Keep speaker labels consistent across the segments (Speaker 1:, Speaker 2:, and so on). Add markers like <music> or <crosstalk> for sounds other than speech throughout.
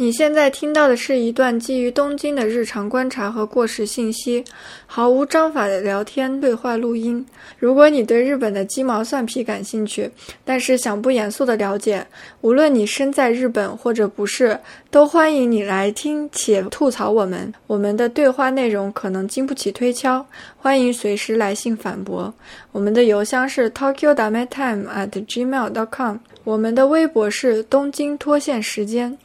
Speaker 1: 你现在听到的是一段基于东京的日常观察和过时信息，毫无章法的聊天对话录音。如果你对日本的鸡毛蒜皮感兴趣，但是想不严肃的了解，无论你身在日本或者不是，都欢迎你来听且吐槽我们。我们的对话内容可能经不起推敲，欢迎随时来信反驳。我们的邮箱是 tokyo dame time at gmail dot com，我们的微博是东京脱线时间。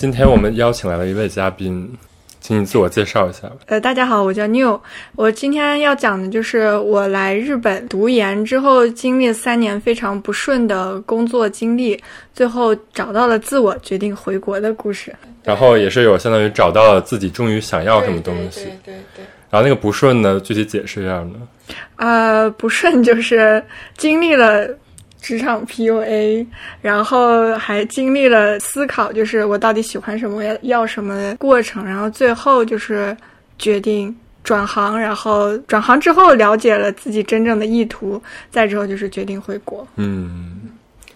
Speaker 2: 今天我们邀请来了一位嘉宾，请你自我介绍一下吧。
Speaker 1: 呃，大家好，我叫 New，我今天要讲的就是我来日本读研之后经历三年非常不顺的工作经历，最后找到了自我，决定回国的故事。
Speaker 2: 然后也是有相当于找到了自己终于想哦要什么东西。
Speaker 3: 对对对。
Speaker 2: 然后那个不顺呢，具体解释一下呢？
Speaker 1: 呃，不顺就是经历了。职场 PUA，然后还经历了思考，就是我到底喜欢什么，要要什么的过程，然后最后就是决定转行，然后转行之后了解了自己真正的意图，再之后就是决定回国。
Speaker 2: 嗯，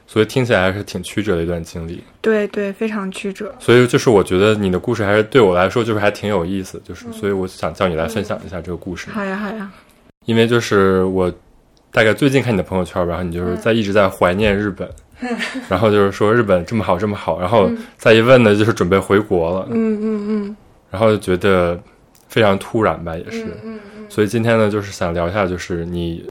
Speaker 2: 所以听起来还是挺曲折的一段经历。
Speaker 1: 对对，非常曲折。
Speaker 2: 所以就是我觉得你的故事还是对我来说就是还挺有意思，就是、嗯、所以我想叫你来分享一下这个故事。
Speaker 1: 好呀好呀，
Speaker 2: 因为就是我。大概最近看你的朋友圈，然后你
Speaker 3: 嗯
Speaker 2: 就是在一直在怀念
Speaker 3: <laughs>
Speaker 2: 日本，嗯、然后就是说日本这么好这么好，
Speaker 3: 嗯
Speaker 2: 然后再一问呢，就是准备回国了，
Speaker 1: 嗯嗯嗯，
Speaker 2: 然后就觉得非常突然吧，也是，
Speaker 1: 嗯嗯嗯，
Speaker 2: 所以今天呢，就是想聊一下，就是你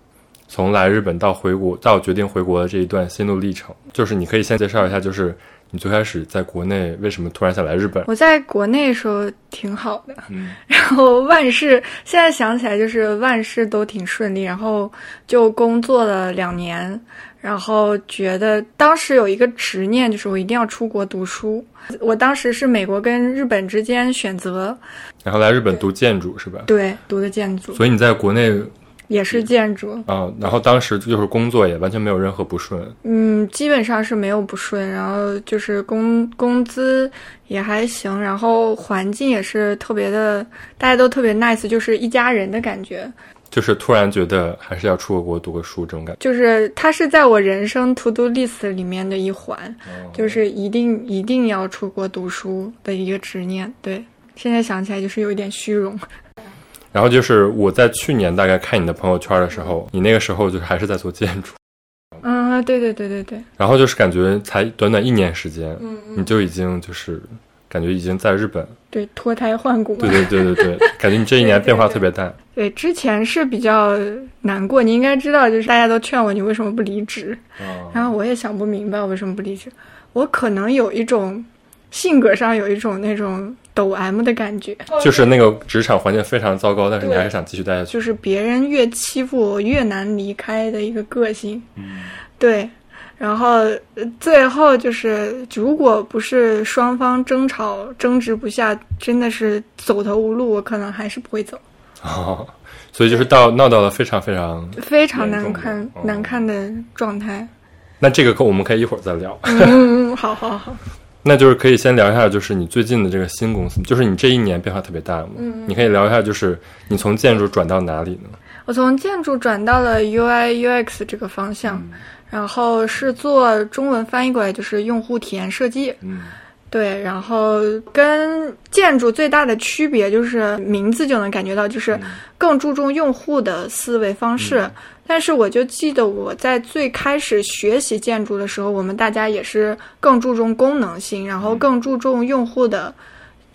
Speaker 2: 从来日本到回国到决定回国的这一段心路历程，就是你可以先介绍一下，就是你最开始在国内为什么突然想来日本？
Speaker 1: 我在国内的时候挺好的，嗯、 <laughs> 然后万事现在想起来就是万事都挺顺利，然后。就工作了两年，然后觉得当时有一个执念，就是我一定要出国读书。我当时是美国跟日本之间选择，
Speaker 2: 然后来日本读建筑是吧？
Speaker 1: 对，读的建筑。
Speaker 2: 所以你在国内
Speaker 1: 也是建筑
Speaker 2: 啊、嗯，然后当时就是工作也完全没有任何不顺。
Speaker 1: 嗯，基本上是没有不顺，然后就是工工资也还行，然后环境也是特别的，大家都特别 nice，就是一家人的感觉。
Speaker 2: 就是突然觉得还是要出国读个书这种感觉，
Speaker 1: 就是它是在我人生 to do list 里面的一环，哦、就是一定一定要出国读书的一个执念。对，现在想起来就是有一点虚荣。
Speaker 2: 然后就是我在去年大概看你的朋友圈的时候，你那个时候就是还是在做建筑。哦
Speaker 1: 嗯，对对对对对。
Speaker 2: 然后就是感觉才短短一年时间，嗯嗯你就已经就是感觉已经在日本。
Speaker 1: 对，脱胎换骨。
Speaker 2: 对对对对 <laughs> 对，感觉你这一年变化特别大
Speaker 1: 对对对。对，之前是比较难过，你应该知道，就是大家都劝我，你为什么不离职？
Speaker 2: 嗯
Speaker 1: 哦、然后我也想不明白我为什么不离职。我可能有一种性格上有一种那种抖 M 的感觉，
Speaker 2: 就是那个职场环境非常糟糕，但是你还是想继续待下去。
Speaker 1: 就是别人越欺负我，越难离开的一个个性。嗯，对。然后最后就是，如果不是双方争吵争执不下，真的是走投无路，我可能还是不会走。
Speaker 2: 哦， <laughs> 所以就是到闹到了非常非常
Speaker 1: 非常难看、哦、难看的状 <laughs> 态。
Speaker 2: 那这个课我们可以一会儿再聊。 <laughs>
Speaker 1: 嗯，好好好。
Speaker 2: 那就是可以先聊一下，就是你最近的这个新公司，就是你这一年变化特别大嘛。嗯。你可以聊一下，就是你从建筑转到哪里呢？
Speaker 1: 我从建筑转到了 UI UX 这个方向。嗯然后是做中文翻译过来就是用户体验设计，
Speaker 2: 嗯，
Speaker 1: 对。然后跟建筑最大的区别就是名字就能感觉到，就是更注重用户的思维方式。
Speaker 2: 嗯、
Speaker 1: 但是我就记得我在最开始学习建筑的时候，我们大家也是更注重功能性，然后更注重用户的。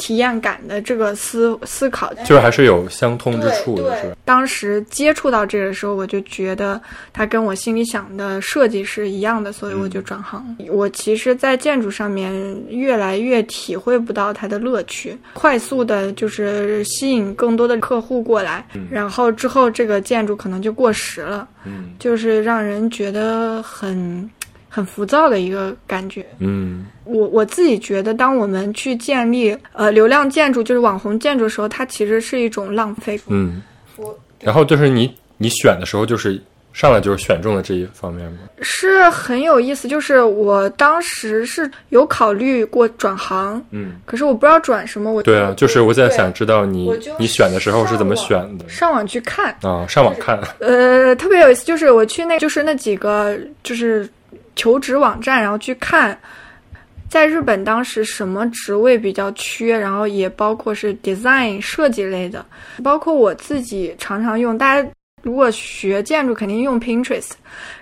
Speaker 1: 体验感的这个思思考，
Speaker 2: 就是还是有相通之处的是。
Speaker 1: 当时接触到这个的时候，我就觉得它跟我心里想的设计是一样的，所以我就转行。
Speaker 2: 嗯、
Speaker 1: 我其实，在建筑上面越来越体会不到它的乐趣，快速的就是吸引更多的客户过来，
Speaker 2: 嗯、
Speaker 1: 然后之后这个建筑可能就过时了，
Speaker 2: 嗯，
Speaker 1: 就是让人觉得很。很浮躁的一个感觉。
Speaker 2: 嗯，
Speaker 1: 我我自己觉得，当我们去建立呃流量建筑，就是网红建筑的时候，它其实是一种浪费。
Speaker 2: 嗯，然后就是你你选的时候，就是上来就是选中了这一方面吗？
Speaker 1: 是很有意思，就是我当时是有考虑过转行，
Speaker 2: 嗯，
Speaker 1: 可是我不知道转什么。我
Speaker 2: 对啊，就是我在想知道你你选的时候是怎么选的？
Speaker 1: 上网去看
Speaker 2: 啊、哦，上网看。
Speaker 1: 呃，特别有意思，就是我去那，就是那几个，就是。求职网站，然后去看，在日本当时什么职位比较缺，然后也包括是 design 设计类的，包括我自己常常用，大家如果学建筑肯定用 Pinterest，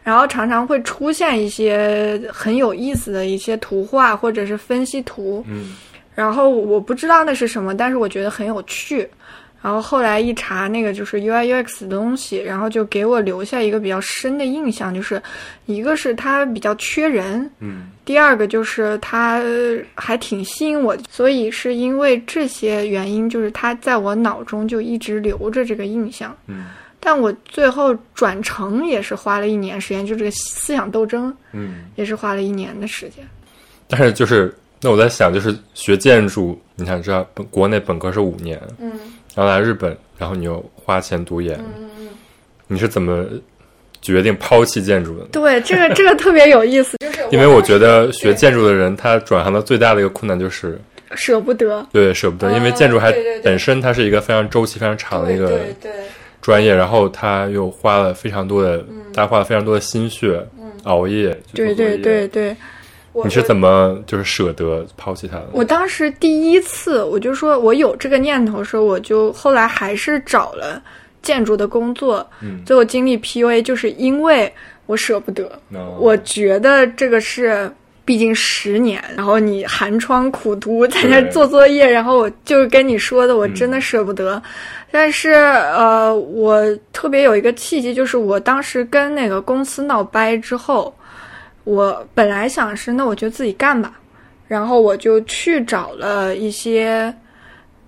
Speaker 1: 然后常常会出现一些很有意思的一些图画或者是分析图，
Speaker 2: 嗯，
Speaker 1: 然后我不知道那是什么，但是我觉得很有趣。然后后来一查，那个就是 UI UX 的东西，然后就给我留下一个比较深的印象，就是一个是它比较缺人，
Speaker 2: 嗯，
Speaker 1: 第二个就是它还挺吸引我，所以是因为这些原因，就是它在我脑中就一直留着这个印象。
Speaker 2: 嗯，
Speaker 1: 但我最后转成也是花了一年时间，就这个思想斗争
Speaker 2: 嗯，
Speaker 1: 也是花了一年的时间。
Speaker 2: 但是就是那我在想，就是学建筑，你想知道本国内本科是五年，
Speaker 1: 嗯
Speaker 2: 然后来日本，然后你又花钱读研，
Speaker 1: 嗯嗯。
Speaker 2: 你是怎么决定抛弃建筑的呢？
Speaker 1: 对，这个这个特别有意思，就是
Speaker 2: 因为我觉得学建筑的人，他转行的最大的一个困难就是
Speaker 1: <laughs> 舍不得。
Speaker 2: 对舍不得，
Speaker 1: 啊
Speaker 2: 因为建筑还
Speaker 1: 对对对
Speaker 2: 本身它是一个非常周期非常长的一啊个
Speaker 1: 对，
Speaker 2: 专业，然后他又花了非常多的，
Speaker 1: 嗯
Speaker 2: 大家花了非常多的心血，熬夜，
Speaker 1: 对对对。对，我
Speaker 2: 你是怎么就是舍得抛弃他的？
Speaker 1: 我当时第一次我就说我有这个念头的时候，我就后来还是找了建筑的工作，
Speaker 2: 嗯
Speaker 1: 最后经历 PUA，就是因为我舍不得，
Speaker 2: 哦
Speaker 1: 我觉得这个是。毕竟十年，然后你寒窗苦读在那
Speaker 2: 对
Speaker 1: 做作业，然后我就是跟你说的，我真的舍不得。但是呃，我特别有一个契机，就是我当时跟那个公司闹掰之后，我本来想是那我就自己干吧，然后我就去找了一些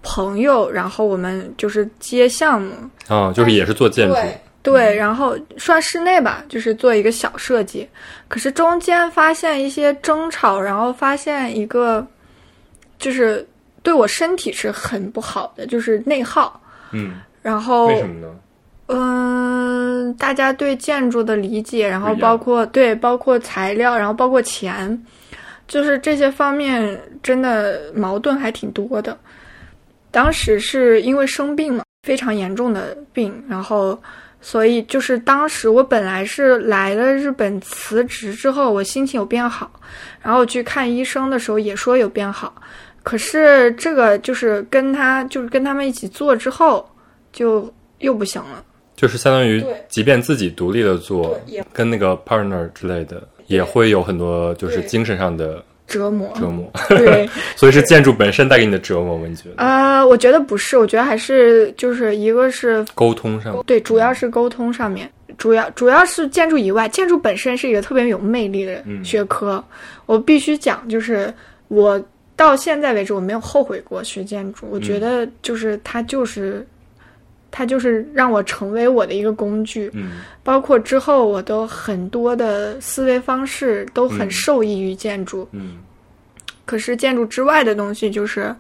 Speaker 1: 朋友，然后我们就是接项目，
Speaker 2: 啊，就是也是做建筑，嗯
Speaker 1: 对，然后算室内吧，就是做一个小设计。可是中间发现一些争吵，然后发现一个就是对我身体是很不好的，就是内耗。
Speaker 2: 嗯，
Speaker 1: 然后
Speaker 2: 为什么呢？
Speaker 1: 嗯、大家对建筑的理解，然后
Speaker 2: 不一样
Speaker 1: 包括对包括材料，然后包括钱，就是这些方面真的矛盾还挺多的。当时是因为生病嘛，非常严重的病，然后所以就是当时我本来是来了日本辞职之后，我心情有变好，然后去看医生的时候也说有变好，可是这个就是跟他就是跟他们一起做之后就又不行了。
Speaker 2: 就是相当于
Speaker 1: 对，
Speaker 2: 即便自己独立的做，
Speaker 1: 也
Speaker 2: 跟那个 partner 之类的，也会有很多就是
Speaker 1: 对
Speaker 2: 精神上的
Speaker 1: 折磨，
Speaker 2: 折磨。 <laughs>
Speaker 1: 对，
Speaker 2: 所以是建筑本身带给你的折磨吗？你觉得？
Speaker 1: <laughs> 呃，我觉得不是，我觉得还是就是一个是
Speaker 2: 沟通上，
Speaker 1: 对，主要是沟通上面，主要主要是建筑以外，建筑本身是一个特别有魅力的
Speaker 2: 嗯
Speaker 1: 学科。我必须讲，就是我到现在为止我没有后悔过学建
Speaker 2: 嗯
Speaker 1: 筑，我觉得就是它就是。它就是让我成为我的一个工具，
Speaker 2: 嗯
Speaker 1: 包括之后我都很多的思维方式都很
Speaker 2: 嗯
Speaker 1: 受益于建筑。
Speaker 2: 嗯
Speaker 1: 可是建筑之外的东西，就是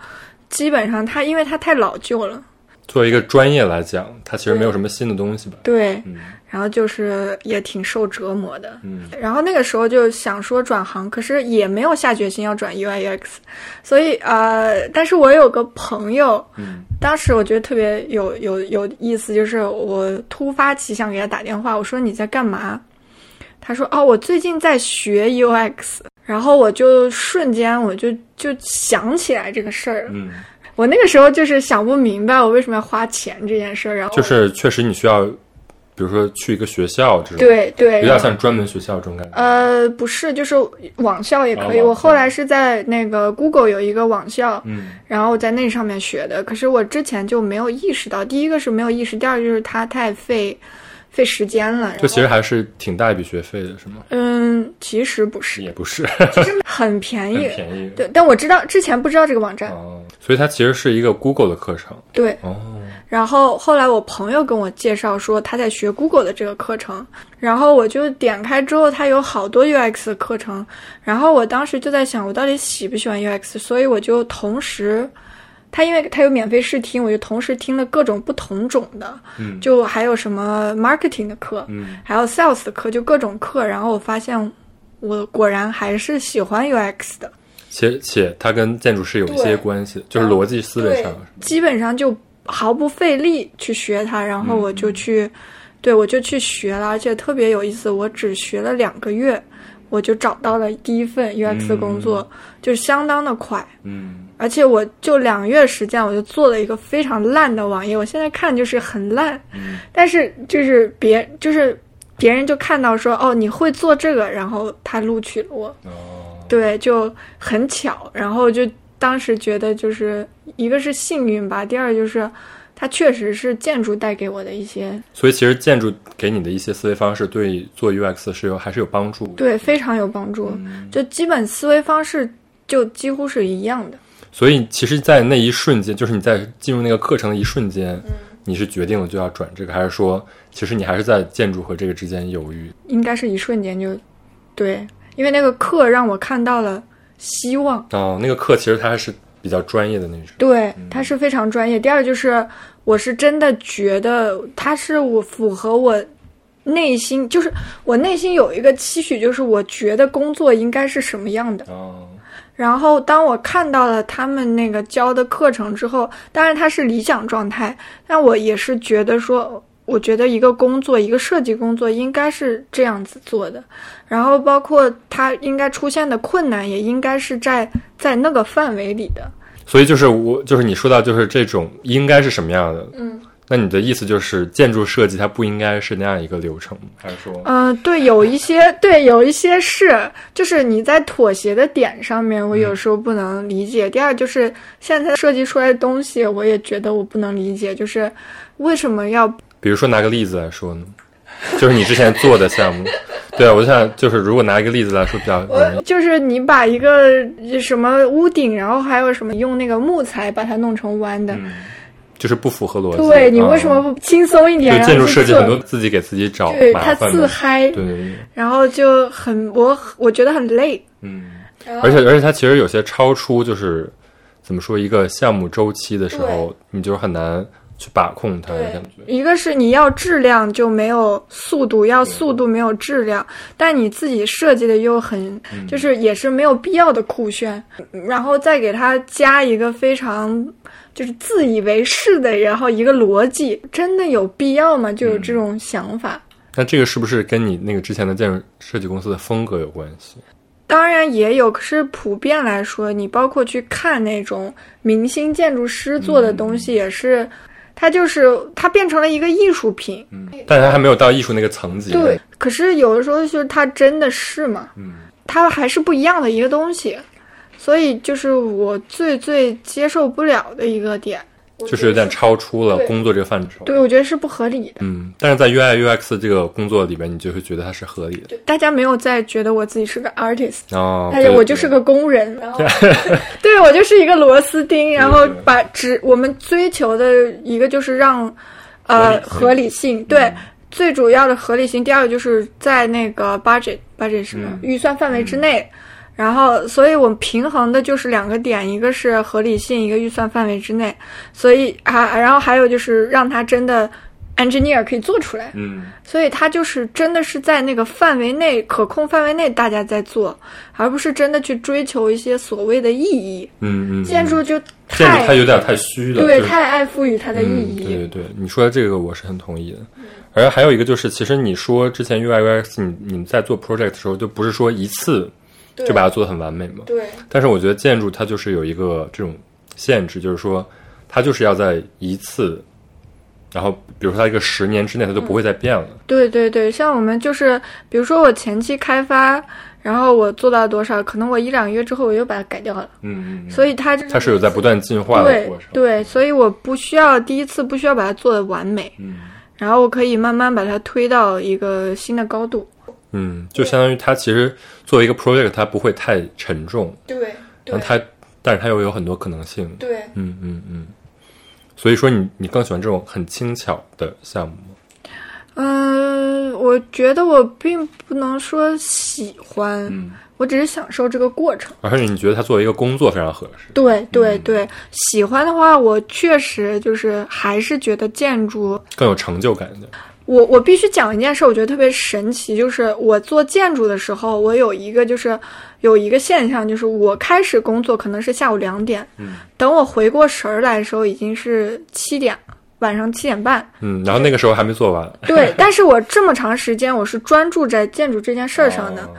Speaker 1: 基本上它因为它太老旧了，
Speaker 2: 作为一个专业来讲，它其实没有什么新的东西吧？
Speaker 1: 对，
Speaker 2: 嗯
Speaker 1: 然后就是也挺受折磨的。
Speaker 2: 嗯
Speaker 1: 然后那个时候就想说转行，可是也没有下决心要转 UI UX，所以呃，但是我有个朋友，
Speaker 2: 嗯
Speaker 1: 当时我觉得特别有有有意思，就是我突发奇想给他打电话，我说你在干嘛？他说哦，我最近在学 UX，然后我就瞬间我就就想起来这个事儿了。
Speaker 2: 嗯，
Speaker 1: 我那个时候就是想不明白我为什么要花钱这件事儿，然后
Speaker 2: 就是确实你需要，比如说去一个学校这种，
Speaker 1: 对对，
Speaker 2: 有点像专门学校这种感觉。
Speaker 1: 呃，不是，就是网校也可以。
Speaker 2: 啊网校
Speaker 1: 我后来是在那个 Google 有一个网校，
Speaker 2: 嗯
Speaker 1: 然后在那上面学的。可是我之前就没有意识到，第一个是没有意识，第二个就是它太费费时间了。
Speaker 2: 就其实还是挺大一笔学费的，是吗？
Speaker 1: 嗯，其实不是，
Speaker 2: 也不是，
Speaker 1: 很便
Speaker 2: 很
Speaker 1: 宜。
Speaker 2: 便宜。
Speaker 1: 对，但我知道之前不知道这个网站，
Speaker 2: 哦，所以它其实是一个 Google 的课程。
Speaker 1: 对。
Speaker 2: 哦，
Speaker 1: 然后后来我朋友跟我介绍说他在学 Google 的这个课程，然后我就点开之后，他有好多 UX 的课程，然后我当时就在想，我到底喜不喜欢 UX，所以我就同时，他因为他有免费试听，我就同时听了各种不同种的，
Speaker 2: 嗯
Speaker 1: 就还有什么 marketing 的课，
Speaker 2: 嗯
Speaker 1: 还有 sales 的课，就各种课，然后我发现我果然还是喜欢 UX 的，
Speaker 2: 且且它跟建筑师有一
Speaker 1: 对
Speaker 2: 些关系，就是逻辑思维上。
Speaker 1: 基本上就毫不费力去学它，然后我就去，对我就去学了，而且特别有意思。我只学了两个月，我就找到了第一份 UX 工作，就相当的快。
Speaker 2: 嗯
Speaker 1: 而且我就两个月时间，我就做了一个非常烂的网页，我现在看就是很烂，
Speaker 2: 嗯
Speaker 1: 但是就是别就是别人就看到说哦你会做这个，然后他录取了我，
Speaker 2: 哦，
Speaker 1: 对，就很巧，然后就当时觉得就是一个是幸运吧，第二就是它确实是建筑带给我的一些
Speaker 2: 所以其实建筑给你的一些思维方式，对做 UX 是有还是有帮助的。
Speaker 1: 对非常有帮助，
Speaker 2: 嗯
Speaker 1: 就基本思维方式就几乎是一样的。
Speaker 2: 所以其实，在那一瞬间，就是你在进入那个课程的一瞬间，
Speaker 1: 嗯
Speaker 2: 你是决定了就要转这个，还是说，其实你还是在建筑和这个之间犹豫？
Speaker 1: 应该是一瞬间就，对，因为那个课让我看到了希望，
Speaker 2: 哦，那个课其实它还是比较专业的那种。
Speaker 1: 对，它是非常专业。第二就是，我是真的觉得它是我符合我内心，就是我内心有一个期许，就是我觉得工作应该是什么样的。
Speaker 2: 哦，
Speaker 1: 然后当我看到了他们那个教的课程之后，当然它是理想状态，但我也是觉得说，我觉得一个工作，一个设计工作应该是这样子做的，然后包括它应该出现的困难也应该是在在那个范围里的。
Speaker 2: 所以就是我，就是你说到就是这种应该是什么样的？
Speaker 1: 嗯，
Speaker 2: 那你的意思就是建筑设计它不应该是那样一个流程吗，还是说？
Speaker 1: 嗯、对，有一些对，有一些是，就是你在妥协的点上面，我有时候不能理解。第二就是现在设计出来的东西，我也觉得我不能理解，就是为什么要
Speaker 2: 比如说拿个例子来说呢，就是你之前做的项目， <laughs> 对啊，我想就是如果拿一个例子来说比较容易，
Speaker 1: 就是你把一个什么屋顶，然后还有什么用那个木材把它弄成弯的，
Speaker 2: 嗯，就是不符合逻辑。
Speaker 1: 对你为什么
Speaker 2: 嗯
Speaker 1: 不轻松一点？
Speaker 2: 对
Speaker 1: 然后
Speaker 2: 建筑
Speaker 1: 去
Speaker 2: 设计
Speaker 1: 做
Speaker 2: 很多自己给自己找
Speaker 1: 对
Speaker 2: 麻
Speaker 1: 他
Speaker 2: 烦
Speaker 1: 自
Speaker 2: 的，
Speaker 1: 嗨，
Speaker 2: 对对对，
Speaker 1: 然后就很我我觉得很累。
Speaker 2: 嗯，
Speaker 1: 然后
Speaker 2: 而且而且它其实有些超出就是怎么说一个项目周期的时候，你就是很难去把控它的
Speaker 1: 对
Speaker 2: 感觉。
Speaker 1: 一个是你要质量就没有速度，要速度没有质量，但你自己设计的又很，就是也是没有必要的酷炫，然后再给它加一个非常就是自以为是的，然后一个逻辑，真的有必要吗？就有这种想法。
Speaker 2: 那这个是不是跟你那个之前的建筑设计公司的风格有关系？
Speaker 1: 当然也有，可是普遍来说，你包括去看那种明星建筑师做的东西，也是，它就是它变成了一个艺术品。
Speaker 2: 嗯，但它还没有到艺术那个层级。
Speaker 1: 对，，可是有的时候就是它真的是嘛，
Speaker 2: 嗯，
Speaker 1: 它还是不一样的一个东西，所以就是我最最接受不了的一个点，
Speaker 2: 就是有点超出了
Speaker 1: 对
Speaker 2: 工作这个范畴。
Speaker 1: 对我觉得是不合理的。
Speaker 2: 嗯，但是在 UI UX 这个工作里边，你就会觉得它是合理的。
Speaker 1: 大家没有再觉得我自己是个 artist，
Speaker 2: 然后，
Speaker 1: 大家
Speaker 2: 哦对
Speaker 1: 哎我就是个工人，然
Speaker 2: <laughs>
Speaker 1: 后对我就是一个螺丝钉，然后
Speaker 2: 对对
Speaker 1: 把只我们追求的一个就是让呃
Speaker 2: 合理性
Speaker 1: 合理
Speaker 2: 嗯
Speaker 1: 性，对最主要的合理性，第二个就是在那个 budget budget 什么、
Speaker 2: 嗯
Speaker 1: 预算范围之内。然后，所以我们平衡的就是两个点，一个是合理性，一个预算范围之内。所以啊，然后还有就是让它真的 engineer 可以做出来。
Speaker 2: 嗯
Speaker 1: 所以它就是真的是在那个范围内、可控范围内大家在做，而不是真的去追求一些所谓的意义。
Speaker 2: 嗯嗯，
Speaker 1: 建筑就
Speaker 2: 建筑
Speaker 1: 太
Speaker 2: 它有点太虚了，
Speaker 1: 对
Speaker 2: 就是
Speaker 1: 太爱赋予它的意
Speaker 2: 嗯，
Speaker 1: 义。
Speaker 2: 对对对，你说的这个我是很同意的。而还有一个就是，其实你说之前 UI UX，你你们在做 project 的时候，就不是说一次
Speaker 1: 对
Speaker 2: 就把它做得很完美嘛。
Speaker 1: 对
Speaker 2: 但是我觉得建筑它就是有一个这种限制，就是说它就是要在一次，然后比如说它一个十年之内，它就不会再变了。
Speaker 1: 对对对，像我们就是，比如说我前期开发，然后我做到多少，可能我一两个月之后我又把它改掉了，
Speaker 2: 嗯嗯嗯，
Speaker 1: 所以它就是
Speaker 2: 它是有在不断进化的
Speaker 1: 对
Speaker 2: 过程。
Speaker 1: 对，所以我不需要第一次不需要把它做的完美，
Speaker 2: 嗯
Speaker 1: 然后我可以慢慢把它推到一个新的高度。
Speaker 2: 嗯，就相当于它其实作为一个 project，它不会太沉重，
Speaker 1: 对
Speaker 2: 然后啊它但是它又有很多可能性。
Speaker 1: 对，
Speaker 2: 嗯嗯嗯，所以说你你更喜欢这种很轻巧的项目吗？
Speaker 1: 嗯，我觉得我并不能说喜欢，
Speaker 2: 嗯
Speaker 1: 我只是享受这个过程。
Speaker 2: 而且你觉得它作为一个工作非常合适？
Speaker 1: 对对
Speaker 2: 嗯
Speaker 1: 对，喜欢的话，我确实就是还是觉得建筑，
Speaker 2: 更有成就感的。
Speaker 1: 我我必须讲一件事，我觉得特别神奇，就是我做建筑的时候，我有一个就是有一个现象，就是我开始工作可能是下午两点，
Speaker 2: 嗯
Speaker 1: 等我回过神儿来的时候已经是七点，晚上七点
Speaker 2: <laughs>
Speaker 1: 半。
Speaker 2: 嗯，然后那个时 <laughs> 候还没做完
Speaker 1: 对，但是我这么长时间我是专注在建筑这件事儿上的。
Speaker 2: 哦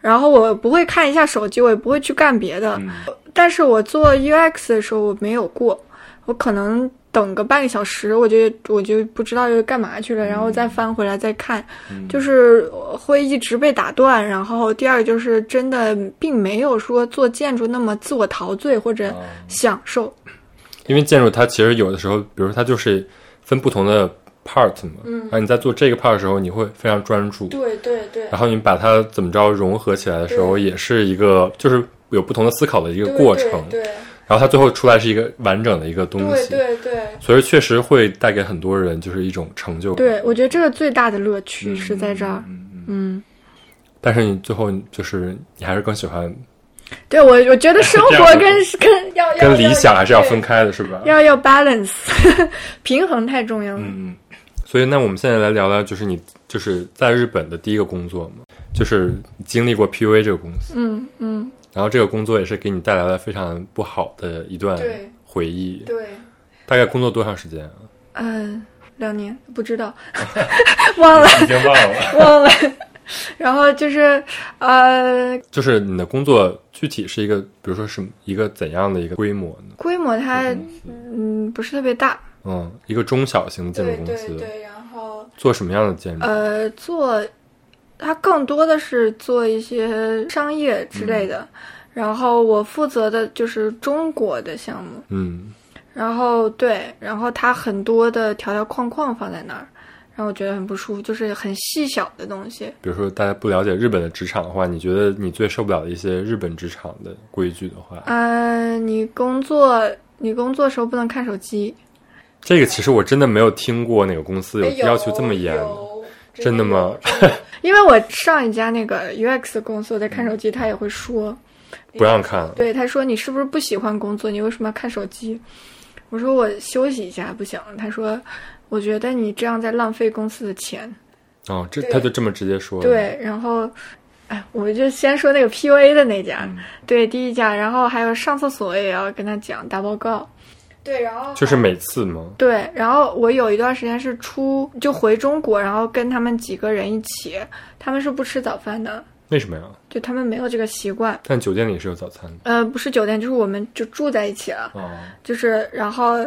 Speaker 1: 然后我不会看一下手机，我也不会去干别的。
Speaker 2: 嗯
Speaker 1: 但是我做 UX 的时候我没有过，我可能等个半个小时，我就我就不知道又干嘛去了，
Speaker 2: 嗯
Speaker 1: 然后再翻回来再看，就是会一直被打断。然后第二个就是真的并没有说做建筑那么自我陶醉或
Speaker 2: 哦
Speaker 1: 者享受，
Speaker 2: 嗯因为建筑它其实有的时候，比如说它就是分不同的 part 嘛，嗯，然后你在做这个 part 的时候，你会非常专注，
Speaker 1: 对对对
Speaker 2: 然后你把它怎么着融合起来的时候，也是一个就是有不同的思考的一个过程，
Speaker 1: 对
Speaker 2: 然后它最后出来是一个完整的一个东西，
Speaker 1: 对对。
Speaker 2: 所以确实会带给很多人就是一种成就感，
Speaker 1: 对，我觉得这个最大的乐趣是在这儿。嗯，
Speaker 2: 但是你最后就是你还是更喜欢
Speaker 1: 对我我觉得生
Speaker 2: 哎
Speaker 1: 活
Speaker 2: 这样
Speaker 1: 跟 <laughs> 跟要要
Speaker 2: 跟理想啊还是要
Speaker 1: 对
Speaker 2: 分开的，是吧？
Speaker 1: 要要 balance，平衡太重要了。
Speaker 2: 嗯，嗯，所以那我们现在来聊聊，就是你就是在日本的第一个工作嘛，就是你经历过 PUA 这个公司，
Speaker 1: 嗯嗯，
Speaker 2: 然后这个工作也是给你带来了非常不好的一段
Speaker 1: 对
Speaker 2: 回忆。
Speaker 1: 对，
Speaker 2: 大概工作多长时间啊？
Speaker 1: 嗯，两年不知道， <laughs> 忘了
Speaker 2: 已经忘了。
Speaker 1: 忘了。 <laughs> 然后就是呃，
Speaker 2: 就是你的工作具体是一个，比如说是一个怎样的一个规模呢？
Speaker 1: 规模它
Speaker 2: 公司
Speaker 1: 嗯不是特别大，
Speaker 2: 嗯，一个中小型的建筑公司，嗯
Speaker 1: 对，然后
Speaker 2: 做什么样的建筑？
Speaker 1: 呃，做它更多的是做一些商业之类
Speaker 2: 嗯
Speaker 1: 的。然后我负责的就是中国的项目，
Speaker 2: 嗯，
Speaker 1: 然后对，然后它很多的条条框框放在那儿，让我觉得很不舒服，就是很细小的东西。
Speaker 2: 比如说大家不了解日本的职场的话，你觉得你最受不了的一些日本职场的规矩的话，
Speaker 1: 嗯、你工作你工作时候不能看手机，
Speaker 2: 这个其实我真的没有听过哪个公司有哎要求这么严的。真的吗？ <laughs>
Speaker 1: 因为我上一家那个 UX 的公司，我在看手
Speaker 2: 嗯
Speaker 1: 机，他也会说，
Speaker 2: 不让看。
Speaker 1: 对，他说你是不是不喜欢工作？你为什么要看手机？我说我休息一下不行。他说，我觉得你这样在浪费公司的钱。
Speaker 2: 哦，这
Speaker 1: 对
Speaker 2: 他就这么直接说。，
Speaker 1: 对，然后，哎，我就先说那个 PUA 的那
Speaker 2: 嗯
Speaker 1: 家，对，第一家，然后还有上厕所也要跟他讲打报告。对，然后
Speaker 2: 就是每次吗？
Speaker 1: 对，然后我有一段时间是出就回中国，然后跟他们几个人一起，他们是不吃早饭的，
Speaker 2: 为什么呀？
Speaker 1: 就他们没有这个习惯。
Speaker 2: 但酒店里是有早餐的。
Speaker 1: 呃，不是酒店，就是我们就住在一起了，
Speaker 2: 哦，
Speaker 1: 就是然后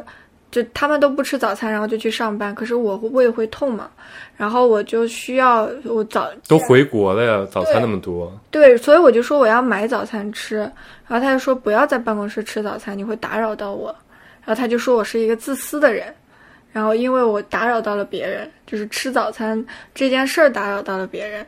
Speaker 1: 就他们都不吃早餐，然后就去上班。可是我胃会痛嘛，然后我就需要我早
Speaker 2: 都回国了呀，早餐那么多。
Speaker 1: 对，所以我就说我要买早餐吃，然后他就说不要在办公室吃早餐，你会打扰到我。然后他就说我是一个自私的人，然后因为我打扰到了别人，就是吃早餐这件事儿打扰到了别人。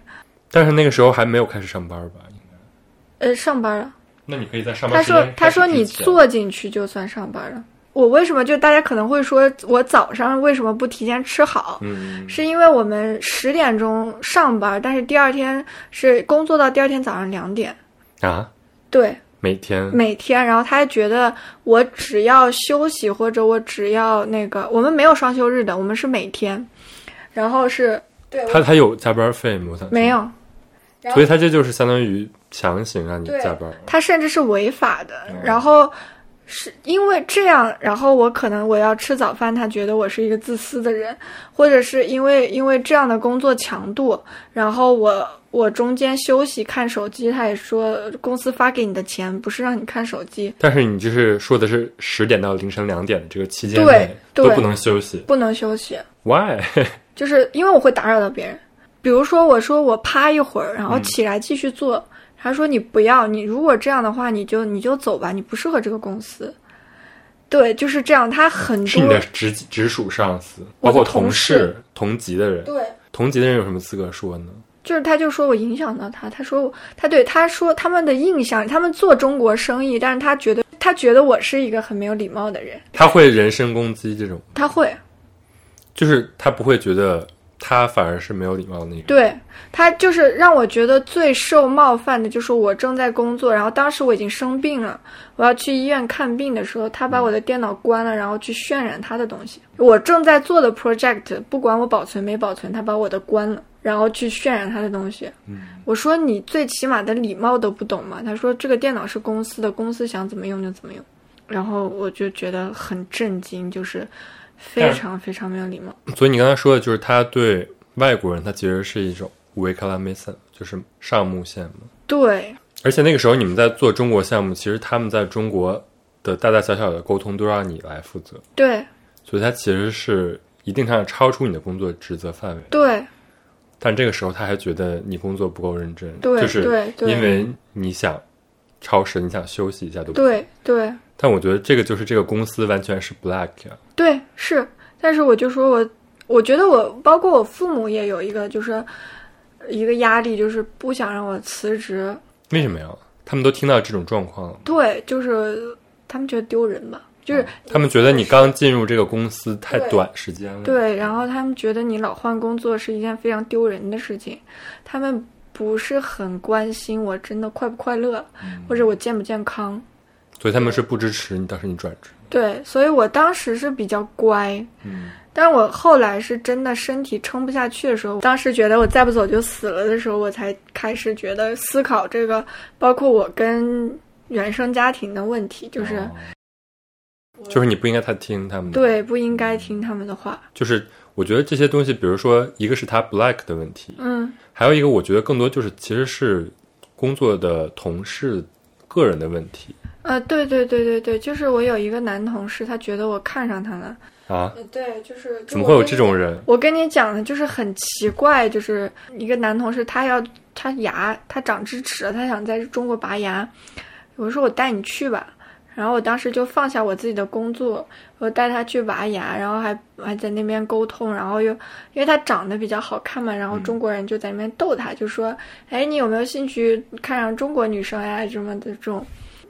Speaker 2: 但是那个时候还没有开始上班吧？应该。
Speaker 1: 呃，上班了，
Speaker 2: 那你可以在上班
Speaker 1: 他
Speaker 2: 时间
Speaker 1: 说
Speaker 2: 开始
Speaker 1: 他说你
Speaker 2: 之前
Speaker 1: 坐进去就算上班了。我为什么就大家可能会说我早上为什么不提前吃好？
Speaker 2: 嗯，
Speaker 1: 是因为我们十点钟上班，但是第二天是工作到第二天早上两点。
Speaker 2: 啊，
Speaker 1: 对，
Speaker 2: 每天
Speaker 1: 每天，然后他还觉得我只要休息或者我只要那个，我们没有双休日的，我们是每天，然后是对
Speaker 2: 他他有加班费吗？我想
Speaker 1: 没，有，
Speaker 2: 所以他这就是相当于强行让你
Speaker 1: 对
Speaker 2: 加班。
Speaker 1: 他甚至是违法的
Speaker 2: 嗯。
Speaker 1: 然后是因为这样，然后我可能我要吃早饭，他觉得我是一个自私的人，或者是因为因为这样的工作强度，然后我我中间休息看手机，他也说公司发给你的钱不是让你看手机，
Speaker 2: 但是你就是说的是十点到凌晨两点的这个期间
Speaker 1: 对
Speaker 2: 内都
Speaker 1: 对
Speaker 2: 不能休息
Speaker 1: 不能休息。
Speaker 2: ，why？
Speaker 1: 就是因为我会打扰到别人。比如说，我说我趴一会儿，然
Speaker 2: 嗯
Speaker 1: 后起来继续做，他说你不要，你如果这样的话，你就你就走吧，你不适合这个公司。对，就是这样，他很
Speaker 2: 是你的
Speaker 1: 多
Speaker 2: 直直属上司，
Speaker 1: 我
Speaker 2: 包
Speaker 1: 的
Speaker 2: 括
Speaker 1: 同
Speaker 2: 同
Speaker 1: 事
Speaker 2: 事、同级的人，
Speaker 1: 对，
Speaker 2: 同级的人有什么资格说呢？
Speaker 1: 就是他就说我影响到他，他说我他对他说他们的印象，他们做中国生意，但是他觉得他觉得我是一个很没有礼貌的人，
Speaker 2: 他会人身攻击这种，
Speaker 1: 他会
Speaker 2: 就是他不会觉得他反而是没有礼貌的那种。
Speaker 1: 对他就是让我觉得最受冒犯的，就是我正在工作，然后当时我已经生病了，我要去医院看病的时候，他把我的电脑关了，然后去渲染他的东西。我正在做的 project，不管我保存没保存，他把我的关了，然后去渲染他的东西。我说你最起码的礼貌都不懂吗？他说这个电脑是公司的，公司想怎么用就怎么用。然后我就觉得很震惊，就是非
Speaker 2: 但是
Speaker 1: 常非常没有礼貌。
Speaker 2: 所以你刚才说的就是他对外国人，他其实是一种 w e k a l a m i s a 就是上目线嘛。
Speaker 1: 对，
Speaker 2: 而且那个时候你们在做中国项目，其实他们在中国的大大小小的沟通都让你来负责，
Speaker 1: 对，
Speaker 2: 所以它其实是一定上超出你的工作职责范围。
Speaker 1: 对，
Speaker 2: 但这个时候他还觉得你工作不够认真，
Speaker 1: 对
Speaker 2: 就是
Speaker 1: 对对
Speaker 2: 因为你想超时，你想休息一下，对不
Speaker 1: 对，对，
Speaker 2: 但我觉得这个就是这个公司完全是 black 呀、
Speaker 1: 对，是。但是我就说我，我觉得我，包括我父母也有一个，就是一个压力，就是不想让我辞职。
Speaker 2: 为什么呀？他们都听到这种状况了，
Speaker 1: 对，就是他们觉得丢人吧，就是
Speaker 2: 他们觉得你刚进入这个公司太
Speaker 1: 对
Speaker 2: 短时间了，
Speaker 1: 对，然后他们觉得你老换工作是一件非常丢人的事情，他们不是很关心我真的快不快乐，
Speaker 2: 嗯
Speaker 1: 或者我健不健康。
Speaker 2: 所以他们是不支持你，当时你转职，
Speaker 1: 对，所以我当时是比较乖，
Speaker 2: 嗯，
Speaker 1: 但我后来是真的身体撑不下去的时候，当时觉得我再不走就死了的时候，我才开始觉得思考这个，包括我跟原生家庭的问题，就是、
Speaker 2: 哦就是你不应该太听他们的，
Speaker 1: 对不应该听他们的话。
Speaker 2: 就是我觉得这些东西，比如说一个是他 black 的问题，
Speaker 1: 嗯，
Speaker 2: 还有一个我觉得更多就是其实是工作的同事个人的问题
Speaker 1: 呃，对对对对对，就是我有一个男同事，他觉得我看上他了。
Speaker 2: 啊，
Speaker 1: 呃，对，就是
Speaker 2: 怎么会有这种？人？
Speaker 1: 我跟你讲的就是很奇怪，就是一个男同事，他要他牙他长智齿了，他想在中国拔牙。我说我带你去吧，然后我当时就放下我自己的工作，我带他去拔牙，然后还还在那边沟通，然后又因为他长得比较好看嘛，然后中国人就在那边逗他，就说：“哎，你有没有兴趣看上中国女生呀？什么的这种。”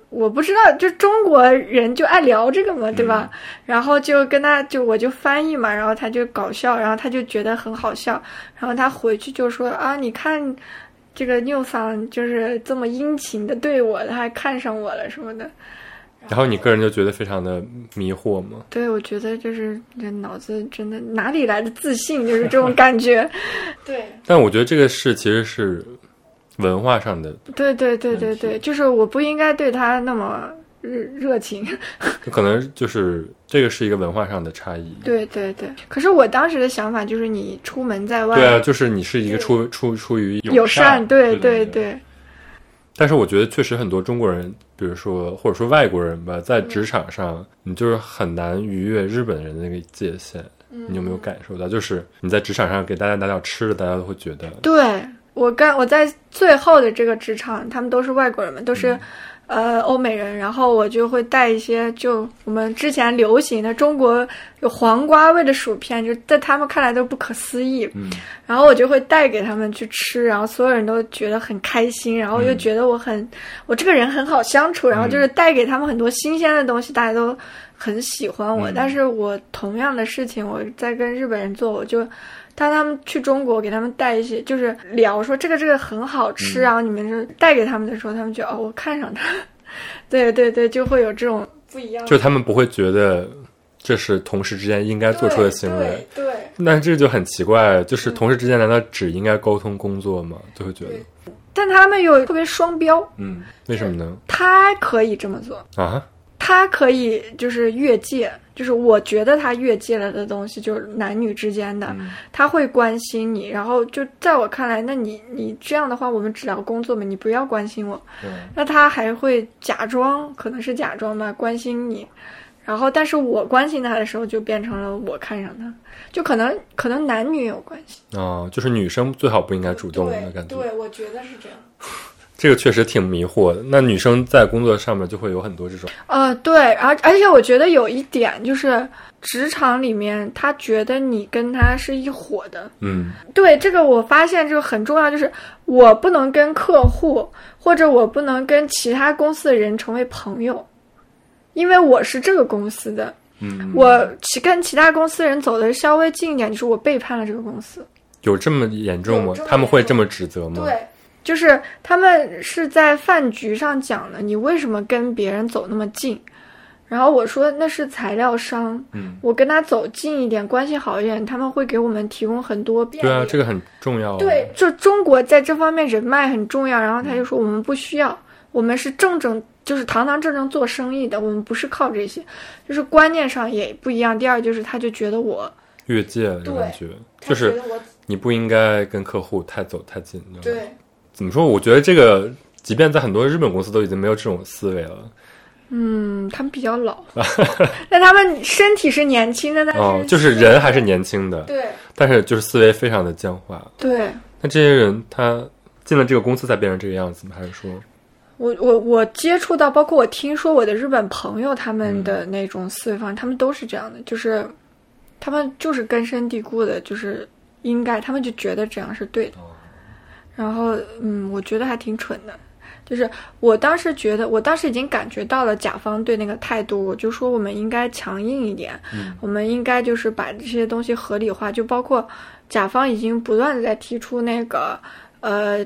Speaker 1: 我不知道，就中国人就爱聊这个嘛，对吧？然后就跟他就我就翻译嘛，然后他就搞笑，然后他就觉得很好笑，然后他回去就说啊，你看这个缪桑就是这么殷勤的对我，他还看上我了什么的。
Speaker 2: 然后你个人就觉得非常的迷惑吗？
Speaker 1: 对，我觉得就是这脑子真的哪里来的自信，就是这种感觉。对，
Speaker 2: 但我觉得这个是其实是文化上的，
Speaker 1: 对对对对
Speaker 2: 问题
Speaker 1: 对，就是我不应该对他那么热热情。 <laughs>
Speaker 2: 可能就是这个是一个文化上的差异。
Speaker 1: 对对对，可是我当时的想法就是，你出门在外，
Speaker 2: 对啊，就是你是一个出出出于
Speaker 1: 友
Speaker 2: 善，
Speaker 1: 对
Speaker 2: 对
Speaker 1: 对，
Speaker 2: 但是我觉得确实很多中国人，比如说或者说外国人吧，在
Speaker 1: 嗯
Speaker 2: 职场上，你就是很难逾越日本人的那个界限。你有没有感受到？就是你在职场上给大家拿点吃的，大家都会觉得
Speaker 1: 对我干我在最后的这个职场，他们都是外国人嘛，都
Speaker 2: 嗯
Speaker 1: 是、呃欧美人，然后我就会带一些就我们之前流行的中国有黄瓜味的薯片，就在他们看来都不可思议，
Speaker 2: 嗯
Speaker 1: 然后我就会带给他们去吃，然后所有人都觉得很开心，然后又觉得我很、我这个人很好相
Speaker 2: 嗯
Speaker 1: 处，然后就是带给他们很多新鲜的东西，大家都很喜欢我。
Speaker 2: 嗯
Speaker 1: 但是我同样的事情，我在跟日本人做，我就。当他们去中国，给他们带一些，就是聊说这个这个很好吃，
Speaker 2: 嗯
Speaker 1: 然后你们就带给他们的时候，他们觉得哦，我看上他， <laughs> 对对对，就会有这种不一样
Speaker 2: 就是他们不会觉得这是同事之间应该做出的行为。，
Speaker 1: 对对
Speaker 2: 那这就很奇怪，就是同事之间难道只应该沟通工作吗？就会觉得
Speaker 1: 对，但他们有特别双标，
Speaker 2: 嗯，为什么呢？
Speaker 1: 他可以这么做， <laughs>
Speaker 2: 啊，
Speaker 1: 他可以就是越界，就是我觉得他越界了的东西，就是男女之间
Speaker 2: 嗯
Speaker 1: 的，他会关心你。然后就在我看来，那你你这样的话，我们只聊工作嘛，你不要关心我。
Speaker 2: 嗯
Speaker 1: 那他还会假装，可能是假装吧，关心你。然后，但是我关心他的时候，就变成了我看上他，就可能可能男女有关系。
Speaker 2: 哦，就是女生最好不应该主动的感觉。
Speaker 1: 我觉得是这样。
Speaker 2: 这个确实挺迷惑的。那女生在工作上面就会有很多这种，
Speaker 1: 呃，对，而而且我觉得有一点就是，职场里面他觉得你跟他是一伙的。
Speaker 2: 嗯，
Speaker 1: 对这个，我发现这个很重要，就是我不能跟客户或者我不能跟其他公司的人成为朋友，因为我是这个公司的，
Speaker 2: 嗯，
Speaker 1: 我其跟其他公司的人走的稍微近一点，就是我背叛了这个公司。
Speaker 2: 有这么严重吗
Speaker 1: 有这么严？重
Speaker 2: 他们会这么指责吗？
Speaker 1: 对，就是他们是在饭局上讲的，你为什么跟别人走那么近？然后我说那是材料商，
Speaker 2: 嗯，
Speaker 1: 我跟他走近一点，关系好一点，他们会给我们提供很多便利。
Speaker 2: 对啊，这个很重要、啊。
Speaker 1: 对，就中国在这方面人脉很重要。然后他就说我们不需要，我们是正正就是堂堂正正做生意的，我们不是靠这些，就是观念上也不一样。第二就是他就觉得我
Speaker 2: 越界了这
Speaker 1: 对
Speaker 2: 感觉，就是
Speaker 1: 我
Speaker 2: 你不应该跟客户太走太近。你知道吗，怎么说？我觉得这个即便在很多日本公司都已经没有这种思维了。
Speaker 1: 嗯，他们比较老，但他们身体是年轻的，但是、
Speaker 2: 哦，就是人还是年轻的，
Speaker 1: 对
Speaker 2: 但是就是思维非常的僵化。
Speaker 1: 对，
Speaker 2: 那这些人他进了这个公司才变成这个样子吗？还是说，
Speaker 1: 我我我接触到，包括我听说我的日本朋友他们
Speaker 2: 嗯
Speaker 1: 的那种思维方式，他们都是这样的，就是他们就是根深蒂固的，就是应该，他们就觉得这样是对的。
Speaker 2: 哦
Speaker 1: 然后，嗯，我觉得还挺蠢的，就是我当时觉得，我当时已经感觉到了甲方对那个态度，我就说我们应该强硬一点，
Speaker 2: 嗯
Speaker 1: 我们应该就是把这些东西合理化，就包括甲方已经不断的在提出那个呃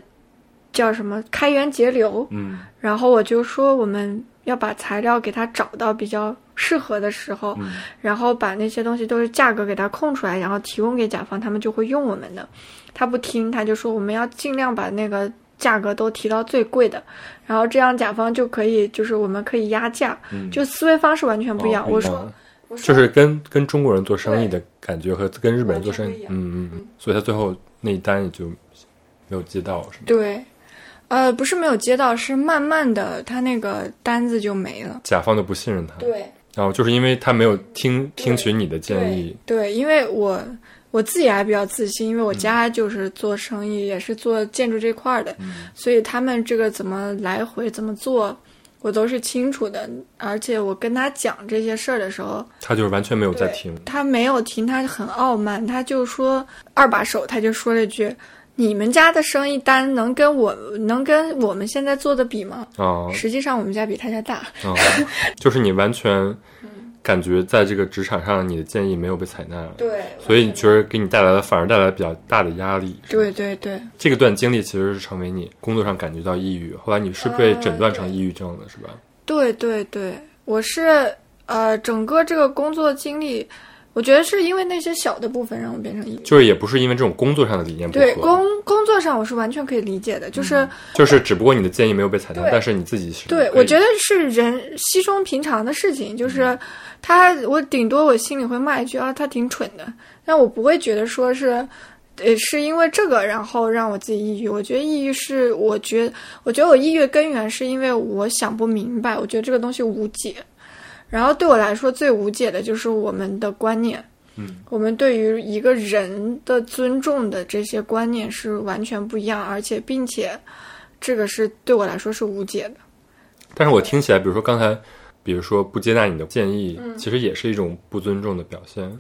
Speaker 1: 叫什么开源节流，
Speaker 2: 嗯
Speaker 1: 然后我就说我们要把材料给它找到比较适合的时候，
Speaker 2: 嗯
Speaker 1: 然后把那些东西都是价格给它空出来，然后提供给甲方，他们就会用我们的。他不听，他就说我们要尽量把那个价格都提到最贵的，然后这样甲方就可以就是我们可以压价，
Speaker 2: 嗯，
Speaker 1: 就思维方式完全不一样。
Speaker 2: 哦
Speaker 1: 我说我说
Speaker 2: 就是跟跟中国人做生意的感觉和跟日本人做生
Speaker 1: 完
Speaker 2: 意，
Speaker 1: 全不一
Speaker 2: 嗯嗯，嗯所以他最后那一单也就没有接到，是吗？
Speaker 1: 对，呃，不是没有接到，是慢慢的他那个单子就没了。
Speaker 2: 甲方就不信任他，
Speaker 1: 对，
Speaker 2: 然后就是因为他没有听听取你的建议，
Speaker 1: 对。对，因为我我自己还比较自信，因为我家就是做生意，也是做建筑这块儿的，所以他们这个怎么来回怎么做，我都是清楚的。而且我跟他讲这些事儿的时候，
Speaker 2: 他就是完全没有在听，
Speaker 1: 他没有听，他很傲慢，他就说二把手，他就说了一句。你们家的生意单能跟我能跟我们现在做的比吗？
Speaker 2: 啊
Speaker 1: 实际上我们家比他家大，
Speaker 2: 啊，就是你完全感觉在这个职场上你的建议没有被采纳，
Speaker 1: 嗯对
Speaker 2: 所以你觉得给你带来了反而带来比较大的压力，是吧
Speaker 1: 对对对，
Speaker 2: 这个段经历其实是成为你工作上感觉到抑郁，后来你是被
Speaker 1: 啊
Speaker 2: 诊断成抑郁症了，是吧？
Speaker 1: 嗯对对对，我是呃，整个这个工作经历，我觉得是因为那些小的部分让我变成抑郁。
Speaker 2: 就是也不是因为这种工作上的理念不合，嗯
Speaker 1: 对工工作上我是完全可以理解的，就是、
Speaker 2: 就是只不过你的建议没有被采纳，
Speaker 1: 对
Speaker 2: 但是你自己是
Speaker 1: 对
Speaker 2: 可以嗯
Speaker 1: 我觉得是人稀松平常的事情，就是他我顶多我心里会骂一句啊，他挺蠢的，但我不会觉得说是。呃，是因为这个，然后让我自己抑郁。我觉得抑郁是，我觉我觉得我抑郁的根源是因为我想不明白，我觉得这个东西无解。然后对我来说，最无解的就是我们的观念，
Speaker 2: 嗯，
Speaker 1: 我们对于一个人的尊重的这些观念是完全不一样，而且并且这个是对我来说是无解的。
Speaker 2: 但是我听起来，比如说刚才，比如说不接纳你的建议，
Speaker 1: 嗯
Speaker 2: 其实也是一种不尊重的表现。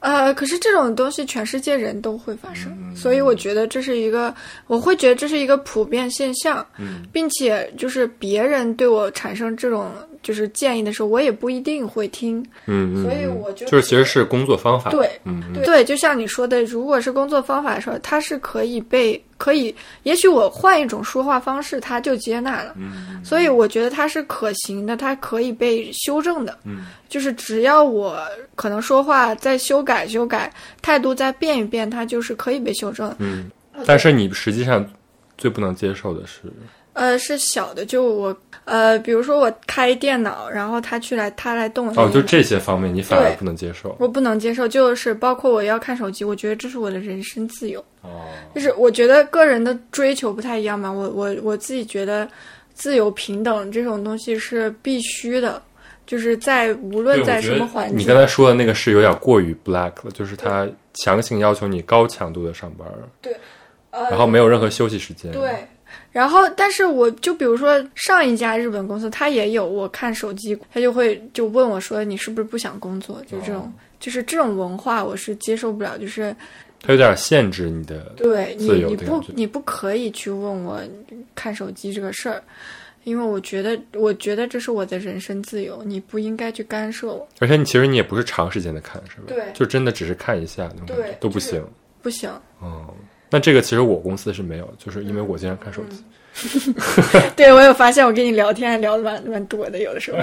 Speaker 1: 呃，可是这种东西全世界人都会发生，所以我觉得这是一个，我会觉得这是一个普遍现象，
Speaker 2: 嗯
Speaker 1: 并且就是别人对我产生这种就是建议的时候，我也不一定会听。
Speaker 2: 嗯嗯，
Speaker 1: 所以
Speaker 2: 嗯
Speaker 1: 我就
Speaker 2: 就是其实是工作方法。
Speaker 1: 对，
Speaker 2: 嗯嗯，
Speaker 1: 对就像你说的，如果是工作方法的时候，它是可以被可以，也许我换一种说话方式，他就接纳了。
Speaker 2: 嗯
Speaker 1: 所以我觉得它是可行的，它可以被修正的。
Speaker 2: 嗯，
Speaker 1: 就是只要我可能说话再修改修改，态度再变一变，它就是可以被修正。
Speaker 2: 嗯，但是你实际上最不能接受的是，
Speaker 1: 呃，是小的，就我呃，比如说我开电脑，然后他去来他来动我的
Speaker 2: 哦，
Speaker 1: 电脑
Speaker 2: 就这些方面你反而
Speaker 1: 对
Speaker 2: 不能接受。
Speaker 1: 我不能接受，就是包括我要看手机，我觉得这是我的人身自由。
Speaker 2: 哦，
Speaker 1: 就是我觉得个人的追求不太一样嘛，我我我自己觉得自由平等这种东西是必须的，就是在无论在什么环境，
Speaker 2: 你刚才说的那个是有点过于 black 了，就是他强行要求你高强度的上班，
Speaker 1: 呃
Speaker 2: 然后没有任何休息时间。
Speaker 1: 对，然后但是我就比如说上一家日本公司，他也有我看手机，他就会就问我说你是不是不想工作？就这种、
Speaker 2: 哦
Speaker 1: 就是这种文化我是接受不了，就是
Speaker 2: 他有点限制你的。
Speaker 1: 对你
Speaker 2: 自由
Speaker 1: 你
Speaker 2: 的
Speaker 1: 不
Speaker 2: 感觉
Speaker 1: 你不可以去问我看手机这个事儿。因为我觉得，我觉得这是我的人身自由，你不应该去干涉我。
Speaker 2: 而且你其实你也不是长时间的看，是吧？
Speaker 1: 对
Speaker 2: 就真的只是看一下那种感
Speaker 1: 对
Speaker 2: 觉都不
Speaker 1: 就是
Speaker 2: 行。
Speaker 1: 不行， <laughs>
Speaker 2: 哦，那这个其实我公司是没有，就是因为我经常看手机。
Speaker 1: 对我有发现，我跟你聊天还聊的蛮蛮多的，有的时候，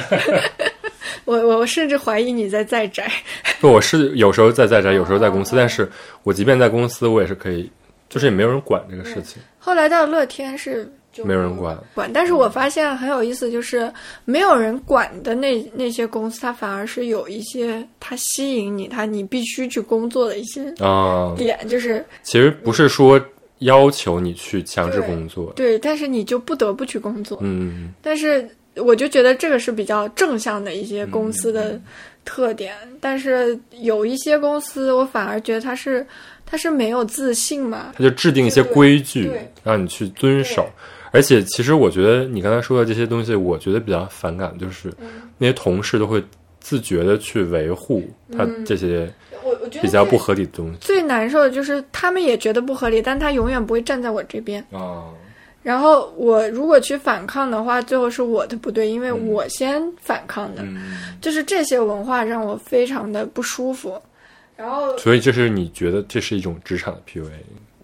Speaker 1: <laughs> 我我甚至怀疑你在在宅。
Speaker 2: 不，我是有时候在在家，有时候在公司，但是我即便在公司，我也是可以，就是也没有人管这个事情，
Speaker 1: 后来到乐天是就
Speaker 2: 没有人管。
Speaker 1: 管，但是我发现很有意思，就是没有人管的那那些公司，它反而是有一些它吸引你，它你必须去工作的一些
Speaker 2: 啊、
Speaker 1: 点，就是
Speaker 2: 其实不是说要求你去强制工作。
Speaker 1: 对，但是你就不得不去工作。
Speaker 2: 嗯，
Speaker 1: 但是我就觉得这个是比较正向的一些
Speaker 2: 嗯
Speaker 1: 公司的特点，但是有一些公司，我反而觉得它是它是没有自信嘛。
Speaker 2: 他就制定一些
Speaker 1: 对
Speaker 2: 规矩
Speaker 1: 对，
Speaker 2: 让你去遵守。而且，其实我觉得你刚才说的这些东西，我觉得比较反感，就是
Speaker 1: 嗯
Speaker 2: 那些同事都会自觉的去维护他
Speaker 1: 嗯
Speaker 2: 这些
Speaker 1: 我我觉得
Speaker 2: 比较不合理的东西。
Speaker 1: 最难受的就是他们也觉得不合理，但他永远不会站在我这边。
Speaker 2: 啊，
Speaker 1: 然后我如果去反抗的话，最后是我的不对，因为我先反抗的。
Speaker 2: 嗯，
Speaker 1: 就是这些文化让我非常的不舒服。然后
Speaker 2: 所以这是你觉得这是一种职场的 PUA？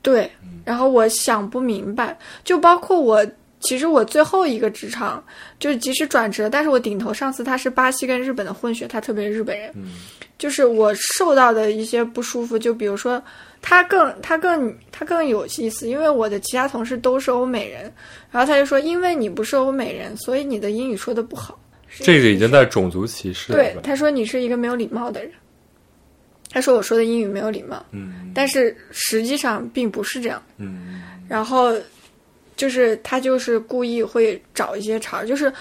Speaker 1: 对，
Speaker 2: 嗯
Speaker 1: 然后我想不明白，就包括我，其实我最后一个职场就是即使转职了，但是我顶头上司他是巴西跟日本的混血，他特别日本人，
Speaker 2: 嗯
Speaker 1: 就是我受到的一些不舒服，就比如说他更他更他更有意思，因为我的其他同事都是欧美人，然后他就说，因为你不是欧美人，所以你的英语说的不好，
Speaker 2: 这个已经在种族歧视了
Speaker 1: 对
Speaker 2: 吧，？
Speaker 1: 他说你是一个没有礼貌的人，他说我说的英语没有礼貌，
Speaker 2: 嗯
Speaker 1: 但是实际上并不是这样。
Speaker 2: 嗯
Speaker 1: 然后就是他就是故意会找一些茬儿，就是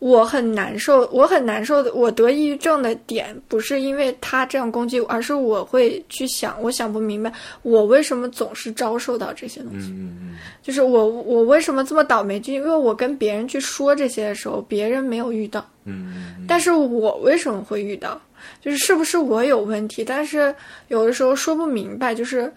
Speaker 1: 我很难受，我很难受的，我得抑郁症的点不是因为他这样攻击我，而是我会去想，我想不明白我为什么总是遭受到这些东西，
Speaker 2: 嗯
Speaker 1: 就是我我为什么这么倒霉，就因为我跟别人去说这些的时候，别人没有遇到。
Speaker 2: 嗯嗯
Speaker 1: 但是我为什么会遇到？就是是不是我有问题？但是有的时候说不明白，就是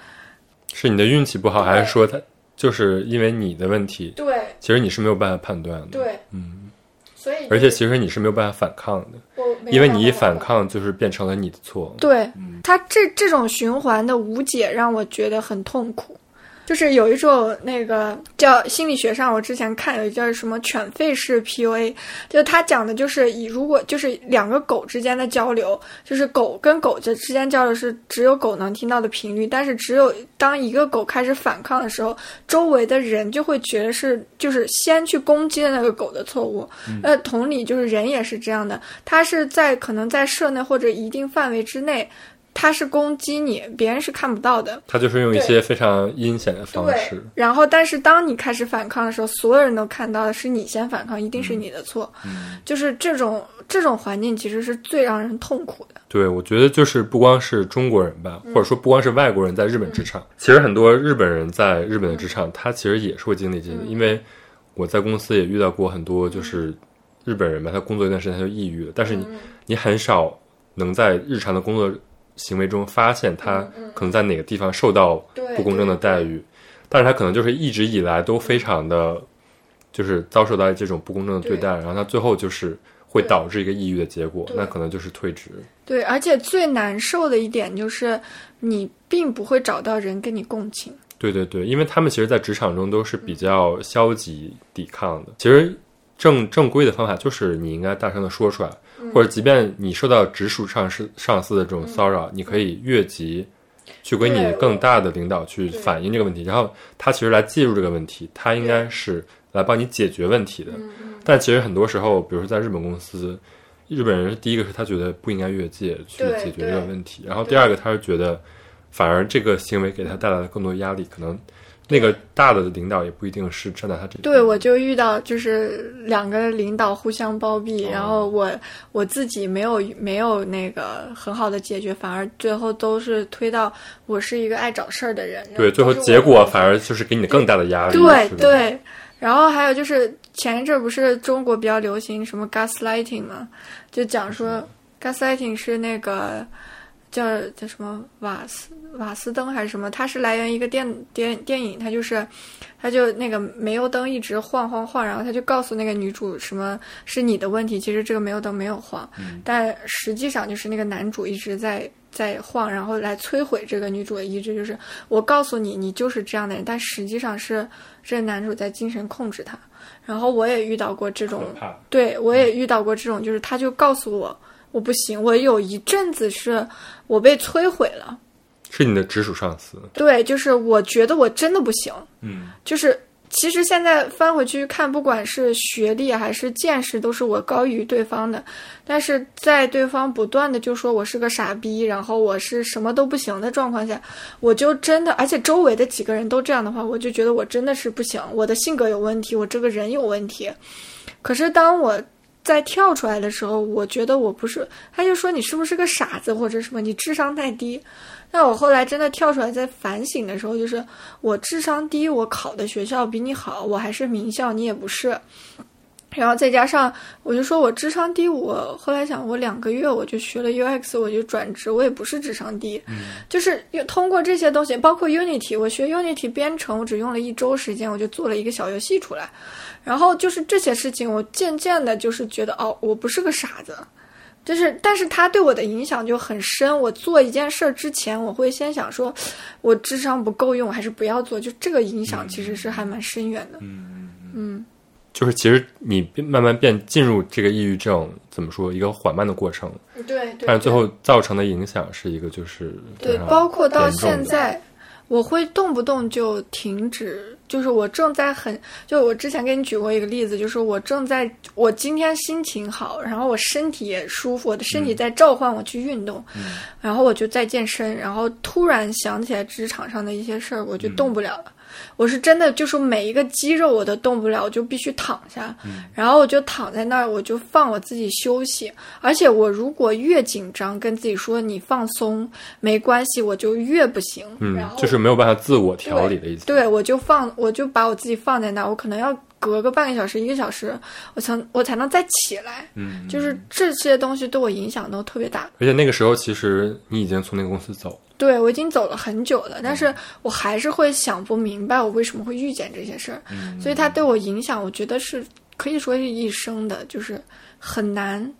Speaker 2: 是你的运气不好，还是说他就是因为你的问题？
Speaker 1: 对
Speaker 2: 其实你是没有办法判断的。，
Speaker 1: 对，
Speaker 2: 嗯，
Speaker 1: 所以
Speaker 2: 而且其实你是没有办法反抗的，因为你一反，抗就是变成了你的错。
Speaker 1: 对
Speaker 2: 嗯
Speaker 1: 他这这种循环的无解，让我觉得很痛苦。就是有一种那个叫心理学上，我之前看有一叫什么犬吠式 PUA，就是他讲的就是以如果就是两个狗之间的交流，就是狗跟狗之之间交流是只有狗能听到的频率，但是只有当一个狗开始反抗的时候，周围的人就会觉得是就是先去攻击的那个狗的错误。那、同理，就是人也是这样的，他是在可能在社内或者一定范围之内，他是攻击你，别人是看不到的。
Speaker 2: 他就是用一
Speaker 1: 对
Speaker 2: 些非常阴险的方式。
Speaker 1: 然后，但是当你开始反抗的时候，所有人都看到的是你先反抗，一定是你的错。
Speaker 2: 嗯
Speaker 1: 就是这种这种环境其实是最让人痛苦的。
Speaker 2: 对，我觉得就是不光是中国人吧，或者说不光是外国人在日
Speaker 1: 嗯
Speaker 2: 本职场，其实很多日本人在日本的职场，他其实也是会经历这些。
Speaker 1: 嗯
Speaker 2: 因为我在公司也遇到过很多就是日本人吧，他工作一段时间他就抑郁了，但是
Speaker 1: 嗯
Speaker 2: 你、你很少能在日常的工作行为中发现他可能在哪个地方受到
Speaker 1: 嗯对
Speaker 2: 不公正的待遇，但是他可能就是一直以来都非常的，就是遭受到这种不公正的对待，然后他最后就是会
Speaker 1: 对
Speaker 2: 导致一个抑郁的结果，
Speaker 1: 对
Speaker 2: 那可能就是退职。
Speaker 1: 对，而且最难受的一点就是，你并不会找到人跟你共情。
Speaker 2: 对对对，因为他们其实，在职场中都是比较消极抵抗的。其实正正规的方法就是你应该大声的说出来，
Speaker 1: 嗯
Speaker 2: 或者即便你受到直属上司上司的这种骚扰，你可以越级去跟你
Speaker 1: 对
Speaker 2: 更大的领导去
Speaker 1: 对
Speaker 2: 反映这个问题。然后他其实来介入这个问题，他应该是来帮你解决问题的。但其实很多时候，比如说在日本公司，日本人第一个是他觉得不应该越界去
Speaker 1: 对
Speaker 2: 解决
Speaker 1: 对
Speaker 2: 这个问题，然后第二个他是觉得，反而这个行为给他带来了更多压力，可能那个大的领导也不一定是站在他这边。
Speaker 1: 对，我就遇到就是两个领导互相包庇，
Speaker 2: 哦
Speaker 1: 然后我我自己没有没有那个很好的解决，反而最后都是推到我是一个爱找事儿的人。
Speaker 2: 对，最后结果反而就是给你更大的压力。
Speaker 1: 对
Speaker 2: 是吧，
Speaker 1: 对，然后还有就是前一阵儿不是中国比较流行什么 gaslighting 嘛，就讲说
Speaker 2: 嗯
Speaker 1: gaslighting 是那个叫叫什么瓦斯瓦斯登还是什么，它是来源于一个电电电影，它就是它就那个煤油灯一直晃晃晃，然后他就告诉那个女主什么是你的问题，其实这个煤油灯没有晃，但实际上就是那个男主一直在。在晃，然后来摧毁这个女主的意志，就是我告诉你，你就是这样的人，但实际上是这男主在精神控制她。然后我也遇到过这种，
Speaker 2: 怕。
Speaker 1: 对我也遇到过这种，就是他就告诉我我不行，我有一阵子是我被摧毁了，
Speaker 2: 是你的直属上司。
Speaker 1: 对，就是我觉得我真的不行，
Speaker 2: 嗯，
Speaker 1: 就是其实现在翻回去看，不管是学历还是见识，都是我高于对方的。但是在对方不断的就说我是个傻逼，然后我是什么都不行的状况下，我就真的，而且周围的几个人都这样的话，我就觉得我真的是不行，我的性格有问题，我这个人有问题。可是当我在跳出来的时候，我觉得我不是，他就说你是不是个傻子或者什么，你智商太低。那我后来真的跳出来，在反省的时候，就是我智商低，我考的学校比你好，我还是名校，你也不是。然后再加上，我就说我智商低，我后来想，我两个月我就学了 UX，我就转职，我也不是智商低，就是通过这些东西，包括 Unity，我学 Unity 编程，我只用了一周时间，我就做了一个小游戏出来。然后就是这些事情，我渐渐的就是觉得，哦，我不是个傻子。就是，但是他对我的影响就很深。我做一件事儿之前，我会先想说，我智商不够用，还是不要做。就这个影响其实是还蛮深远的。嗯嗯，
Speaker 2: 就是其实你慢慢变进入这个抑郁症，怎么说一个缓慢的过程。
Speaker 1: 对，对对
Speaker 2: 但是最后啊造成的影响是一个就是
Speaker 1: 对，包括到现在。我会动不动就停止，就是我正在很，就我之前给你举过一个例子，就是我正在，我今天心情好，然后我身体也舒服，我的身体在召唤我去运动，
Speaker 2: 嗯、
Speaker 1: 然后我就在健身，然后突然想起来职场上的一些事儿，我就动不了了。嗯、我是真的就是每一个肌肉我都动不了，我就必须躺下，
Speaker 2: 嗯、
Speaker 1: 然后我就躺在那儿，我就放我自己休息。而且我如果越紧张，跟自己说你放松没关系，我就越不行。然后
Speaker 2: 嗯就是。没有办法自我调理的意思。
Speaker 1: 对，我就放，我就把我自己放在那，我可能要隔个半个小时、一个小时，我才我才能再起来。
Speaker 2: 嗯，
Speaker 1: 就是这些东西对我影响都特别大。
Speaker 2: 而且那个时候，其实你已经从那个公司走。
Speaker 1: 对，我已经走了很久了，
Speaker 2: 嗯
Speaker 1: 但是我还是会想不明白我为什么会遇见这些事儿。
Speaker 2: 嗯，
Speaker 1: 所以它对我影响，我觉得是可以说是一生的，就是很难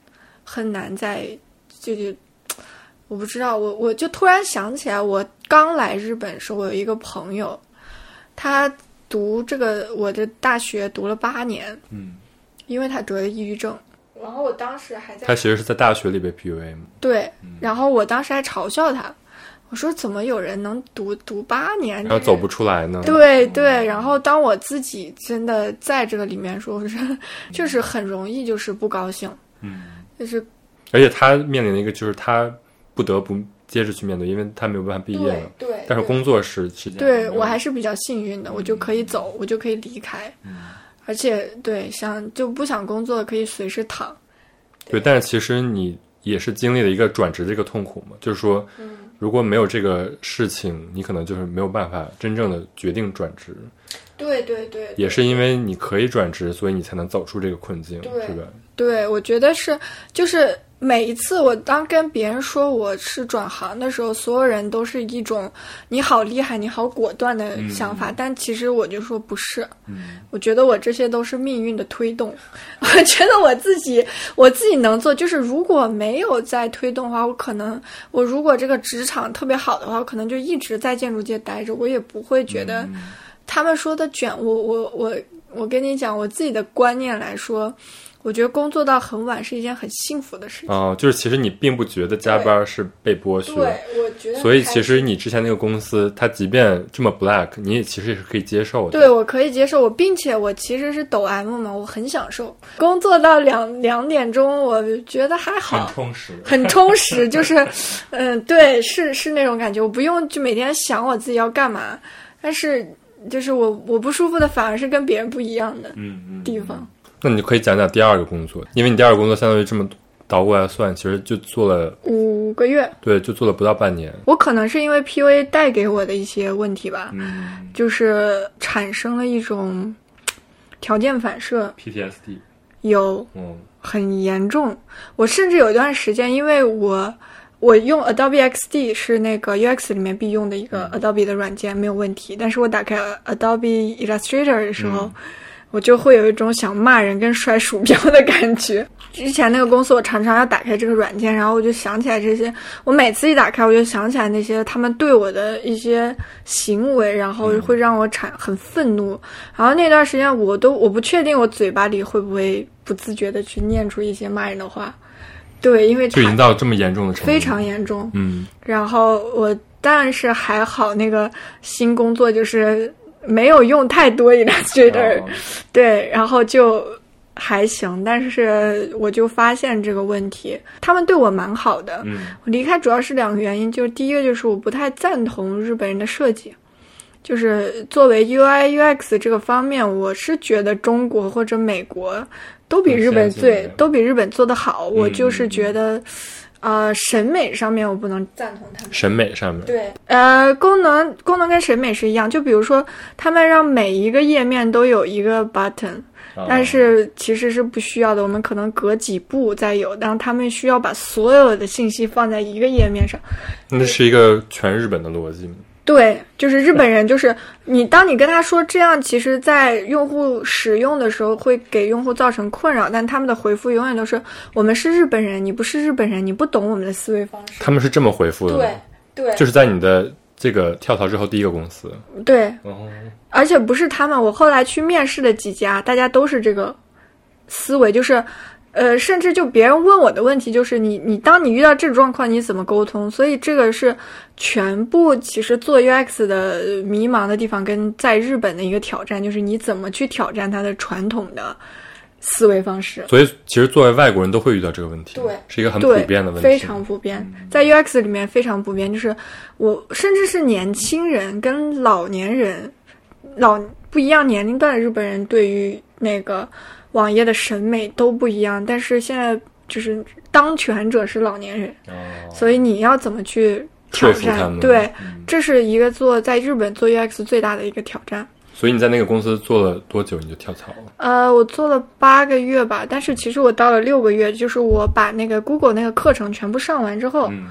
Speaker 1: 很难在就就我不知道，我我就突然想起来，我刚来日本的时候，我有一个朋友，他读这个我的大学读了八年，
Speaker 2: 嗯，
Speaker 1: 因为他得了抑郁症。然后我当时还在
Speaker 2: 他其实是在大学里被 PUA 嘛。
Speaker 1: 对，
Speaker 2: 嗯
Speaker 1: 然后我当时还嘲笑他，我说怎么有人能读读八年，
Speaker 2: 然后走不出来呢？
Speaker 1: 对对，然后当我自己真的在这个里面说，我说就是很容易就是不高兴，
Speaker 2: 嗯，
Speaker 1: 就是
Speaker 2: 而且他面临的一个就是他不得不接着去面对，因为他没有办法毕业了。
Speaker 1: 对，
Speaker 2: 但是工作是时间，
Speaker 1: 对我还是比较幸运的，我就可以走，我就可以离开，
Speaker 2: 嗯
Speaker 1: 而且对想就不想工作可以随时躺，
Speaker 2: 对，但是其实你也是经历了一个转职的一个痛苦嘛，就是说，
Speaker 1: 嗯
Speaker 2: 如果没有这个事情，你可能就是没有办法真正的决定转职，
Speaker 1: 对对对，
Speaker 2: 也是因为你可以转职，所以你才能走出这个困境，
Speaker 1: 对
Speaker 2: 是吧？
Speaker 1: 对，我觉得是，就是每一次我当跟别人说我是转行的时候，所有人都是一种你好厉害、你好果断的想法，但其实我就说不是，
Speaker 2: 嗯
Speaker 1: 我觉得我这些都是命运的推动。 <laughs> 我觉得我自己我自己能做，就是如果没有在推动的话，我可能我如果这个职场特别好的话，我可能就一直在建筑界待着，我也不会觉得
Speaker 2: 嗯
Speaker 1: 他们说的卷。我我我我跟你讲，我自己的观念来说，我觉得工作到很晚是一件很幸福的事情。
Speaker 2: 哦、就是其实你并不觉得加班是被剥削，
Speaker 1: 我觉
Speaker 2: 所以其实你之前那个公司，它即便这么 black，你也其实也是可以接受的。
Speaker 1: 对，我可以接受，我并且我其实是抖 M 嘛，我很享受工作到两两点钟，我觉得还好，
Speaker 2: 充实。
Speaker 1: 很充实，就是，嗯，对，是是那种感觉，我不用就每天想我自己要干嘛，但是就是我我不舒服的反而是跟别人不一样的
Speaker 2: 嗯嗯。
Speaker 1: 地方。
Speaker 2: 那你就可以讲讲第二个工作，因为你第二个工作相当于这么倒过来算，其实就做了，
Speaker 1: 五个月，
Speaker 2: 对，就做了不到半年。
Speaker 1: 我可能是因为 PUA 带给我的一些问题吧，
Speaker 2: 嗯
Speaker 1: 就是产生了一种条件反射，
Speaker 2: ，PTSD。
Speaker 1: 有
Speaker 2: 嗯
Speaker 1: 很严重。我甚至有一段时间，因为我我用 Adobe XD 是那个 UX 里面必用的一个 Adobe 的软件，没有问题。但是我打开 Adobe Illustrator 的时候，
Speaker 2: 嗯
Speaker 1: 我就会有一种想骂人跟摔鼠标的感觉。之前那个公司，我常常要打开这个软件，然后我就想起来这些。我每次一打开，我就想起来那些他们对我的一些行为，然后会让我产很愤怒。然后那段时间，我都我不确定我嘴巴里会不会不自觉的去念出一些骂人的话。对，因为
Speaker 2: 就已
Speaker 1: 它
Speaker 2: 经到这么严重的程度，
Speaker 1: 非常严重。
Speaker 2: 嗯
Speaker 1: 然后我但是还好，那个新工作就是没有用太多 Illustrator，、
Speaker 2: 哦
Speaker 1: <laughs> 对，然后就还行，但是我就发现这个问题，他们对我蛮好的。
Speaker 2: 嗯
Speaker 1: 我离开主要是两个原因，就是第一个就是我不太赞同日本人的设计，就是作为 UI UX 这个方面，我是觉得中国或者美国都比
Speaker 2: 嗯
Speaker 1: 日本
Speaker 2: 先进一
Speaker 1: 最
Speaker 2: 点
Speaker 1: 都比日本做得好，我就是
Speaker 2: 嗯嗯
Speaker 1: 觉得，呃，审美上面我不能赞同他们。
Speaker 2: 审美上面，
Speaker 1: 对，呃，功能功能跟审美是一样，就比如说他们让每一个页面都有一个 button，
Speaker 2: 哦
Speaker 1: 但是其实是不需要的，我们可能隔几步再有，但他们需要把所有的信息放在一个页面上。
Speaker 2: 那是一个全日本的逻辑吗，
Speaker 1: 对，就是日本人，就是你，当你跟他说这样，其实，在用户使用的时候会给用户造成困扰，但他们的回复永远都是：我们是日本人，你不是日本人，你不懂我们的思维方式。
Speaker 2: 他们是这么回复的吗，
Speaker 1: 对
Speaker 2: 就是在你的这个跳槽之后第一个公司，
Speaker 1: 对，
Speaker 2: 哦，
Speaker 1: 而且不是他们，我后来去面试的几家，大家都是这个思维，就是，呃，甚至就别人问我的问题，就是你你当你遇到这种状况，你怎么沟通？所以这个是全部其实做 UX 的呃迷茫的地方，跟在日本的一个挑战，就是你怎么去挑战他的传统的思维方式。
Speaker 2: 所以其实作为外国人都会遇到这个问题，
Speaker 1: 对
Speaker 2: 是一个很普
Speaker 1: 对，
Speaker 2: 遍的问题，
Speaker 1: 非常普遍，在 UX 里面非常普遍。就是我甚至是年轻人跟老年人，老不一样年龄段的日本人对于那个网页的审美都不一样，但是现在就是当权者是老年人，
Speaker 2: 哦
Speaker 1: 所以你要怎么去挑
Speaker 2: 说服他
Speaker 1: 战？
Speaker 2: 们，
Speaker 1: 对，
Speaker 2: 嗯
Speaker 1: 这是一个做在日本做 UX 最大的一个挑战。
Speaker 2: 所以你在那个公司做了多久你就跳槽了？
Speaker 1: 呃，我做了八个月吧，但是其实我到了六个月，就是我把那个 Google 那个课程全部上完之后，
Speaker 2: 嗯，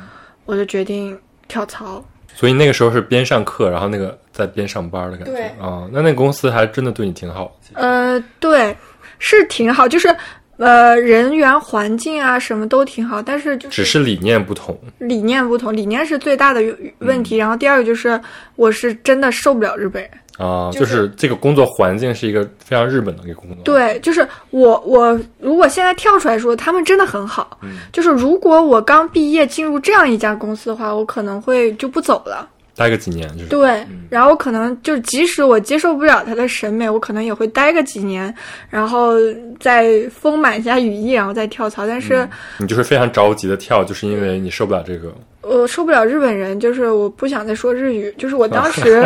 Speaker 1: 我就决定跳槽。
Speaker 2: 所以那个时候是边上课，然后那个在边上班的感觉
Speaker 1: 对
Speaker 2: 啊、哦那那个公司还真的对你挺好的，
Speaker 1: 呃，对，是挺好，就是呃人员环境啊什么都挺好，但是就
Speaker 2: 只
Speaker 1: 是
Speaker 2: 是理念不同，
Speaker 1: 理念不同，理念是最大的问题。然后第二个就是我是真的受不了日本人。
Speaker 2: 啊、
Speaker 1: 就是
Speaker 2: 是这个工作环境是一个非常日本的一个工作，，
Speaker 1: 对，就是我我如果现在跳出来说，他们真的很好。
Speaker 2: 嗯
Speaker 1: 就是如果我刚毕业进入这样一家公司的话，我可能会就不走了。
Speaker 2: 待个几年就是，
Speaker 1: 对
Speaker 2: 嗯，
Speaker 1: 然后可能就即使我接受不了他的审美，我可能也会待个几年，然后再丰满一下羽翼，然后再跳槽。但是
Speaker 2: 你就是非常着急的跳，就是因为你受不了这个，
Speaker 1: 我受不了日本人，就是我不想再说日语。就是我当时，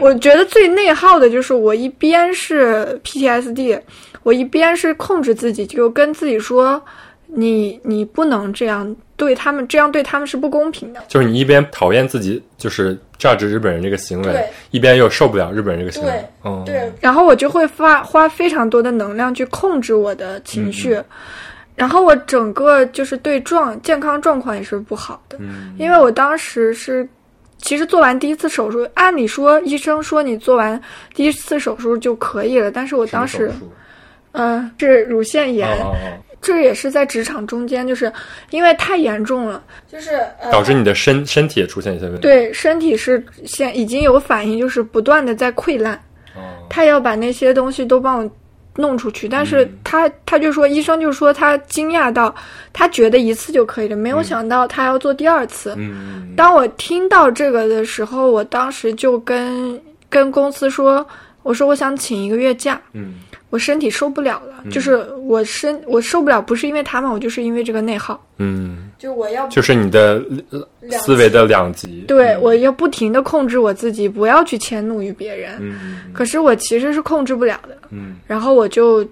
Speaker 1: 我觉得最内耗的就是我一边是 PTSD，我一边是控制自己，就跟自己说，你你不能这样对他们，这样对他们是不公平的。
Speaker 2: 就是你一边讨厌自己，就是榨汁日本人这个行为
Speaker 1: 对，
Speaker 2: 一边又受不了日本人这个行为
Speaker 3: 对，
Speaker 2: 嗯，
Speaker 3: 对，
Speaker 1: 然后我就会发花非常多的能量去控制我的情绪，
Speaker 2: 嗯
Speaker 1: 然后我整个就是对状健康状况也是不好的，
Speaker 2: 嗯
Speaker 1: 因为我当时是。其实做完第一次手术，按理说医生说你做完第一次手术就可以了，但是我当时，嗯、是乳腺
Speaker 2: 哦
Speaker 1: 炎，
Speaker 2: 哦哦，
Speaker 1: 这也是在职场中间，就是因为太严重了，
Speaker 3: 就是呃，
Speaker 2: 导致你的身身体也出现一些问题，，
Speaker 1: 对身体是现已经有反应，就是不断的在溃烂，
Speaker 2: 哦、
Speaker 1: 他要把那些东西都帮我弄出去，但是
Speaker 2: 嗯
Speaker 1: 他、他就说，医生就说他惊讶到，他觉得一次就可以了，没有想到他还要做第二次。
Speaker 2: 嗯，
Speaker 1: 当我听到这个的时候，我当时就跟跟公司说，我说我想请一个月假，
Speaker 2: 嗯，
Speaker 1: 我身体受不了了，就是我身我受不了，不是因为他们，我就是因为这个内耗，
Speaker 2: 嗯，
Speaker 3: 就是我要
Speaker 2: 就是你的呃思维的两极，
Speaker 1: 对
Speaker 2: 嗯
Speaker 1: 我要不停的控制我自己，不要去迁怒于别人。
Speaker 2: 嗯
Speaker 1: 可是我其实是控制不了的，
Speaker 2: 嗯
Speaker 1: 然后我就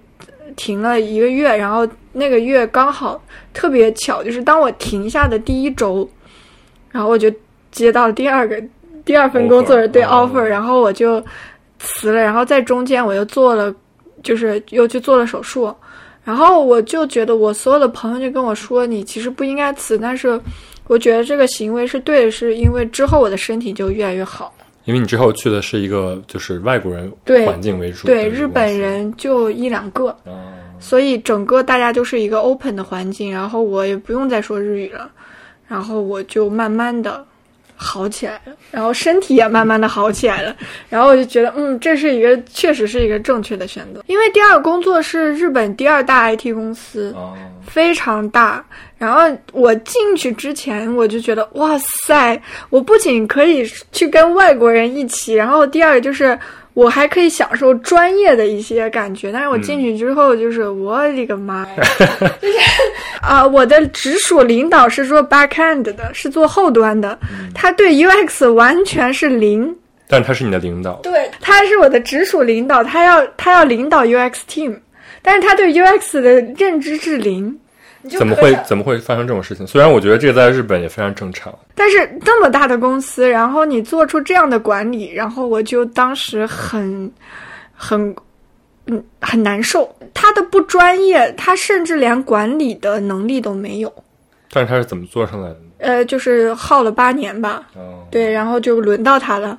Speaker 1: 停了一个月，然后那个月刚好特别巧，就是当我停下的第一周，然后我就接到第二个第二份工作
Speaker 2: Offer，
Speaker 1: 对
Speaker 2: 哦
Speaker 1: offer，然后我就辞了，然后在中间我又做了，就是又去做了手术，然后我就觉得我所有的朋友就跟我说，你其实不应该辞，但是我觉得这个行为是对的，是因为之后我的身体就越来越好。
Speaker 2: 因为你之后去的是一个就是外国人
Speaker 1: 对
Speaker 2: 环境为主的
Speaker 1: 对
Speaker 2: 一个
Speaker 1: 日
Speaker 2: 公
Speaker 1: 本
Speaker 2: 司，
Speaker 1: 人就一两个，
Speaker 2: 哦
Speaker 1: 所以整个大家就是一个 open 的环境，然后我也不用再说日语了，然后我就慢慢的好起来了，然后身体也慢慢的好起来了，然后我就觉得，嗯，这是一个确实是一个正确的选择，因为第二个工作是日本第二大 IT 公司，
Speaker 2: 哦
Speaker 1: 非常大。然后我进去之前，我就觉得哇塞，我不仅可以去跟外国人一起，然后第二就是我还可以享受专业的一些感觉，但是我进去之后就是我的个妈呀，就是啊、我的直属领导是做 backend 的，是做后端的，他对 UX 完全是零。
Speaker 2: 但是他是你的领导，
Speaker 1: 对，他是我的直属领导，他要他要领导 UX team，但是他对 UX 的认知是零。你就
Speaker 2: 怎么
Speaker 1: 可
Speaker 2: 会
Speaker 1: 想
Speaker 2: 怎么会发生这种事情？虽然我觉得这个在日本也非常正常，
Speaker 1: 但是这么大的公司，然后你做出这样的管理，然后我就当时很很嗯很难受。他的不专业，他甚至连管理的能力都没有。
Speaker 2: 但是他是怎么做上来的呢？
Speaker 1: 呃，就是耗了八年吧，
Speaker 2: 哦，
Speaker 1: 对，然后就轮到他了，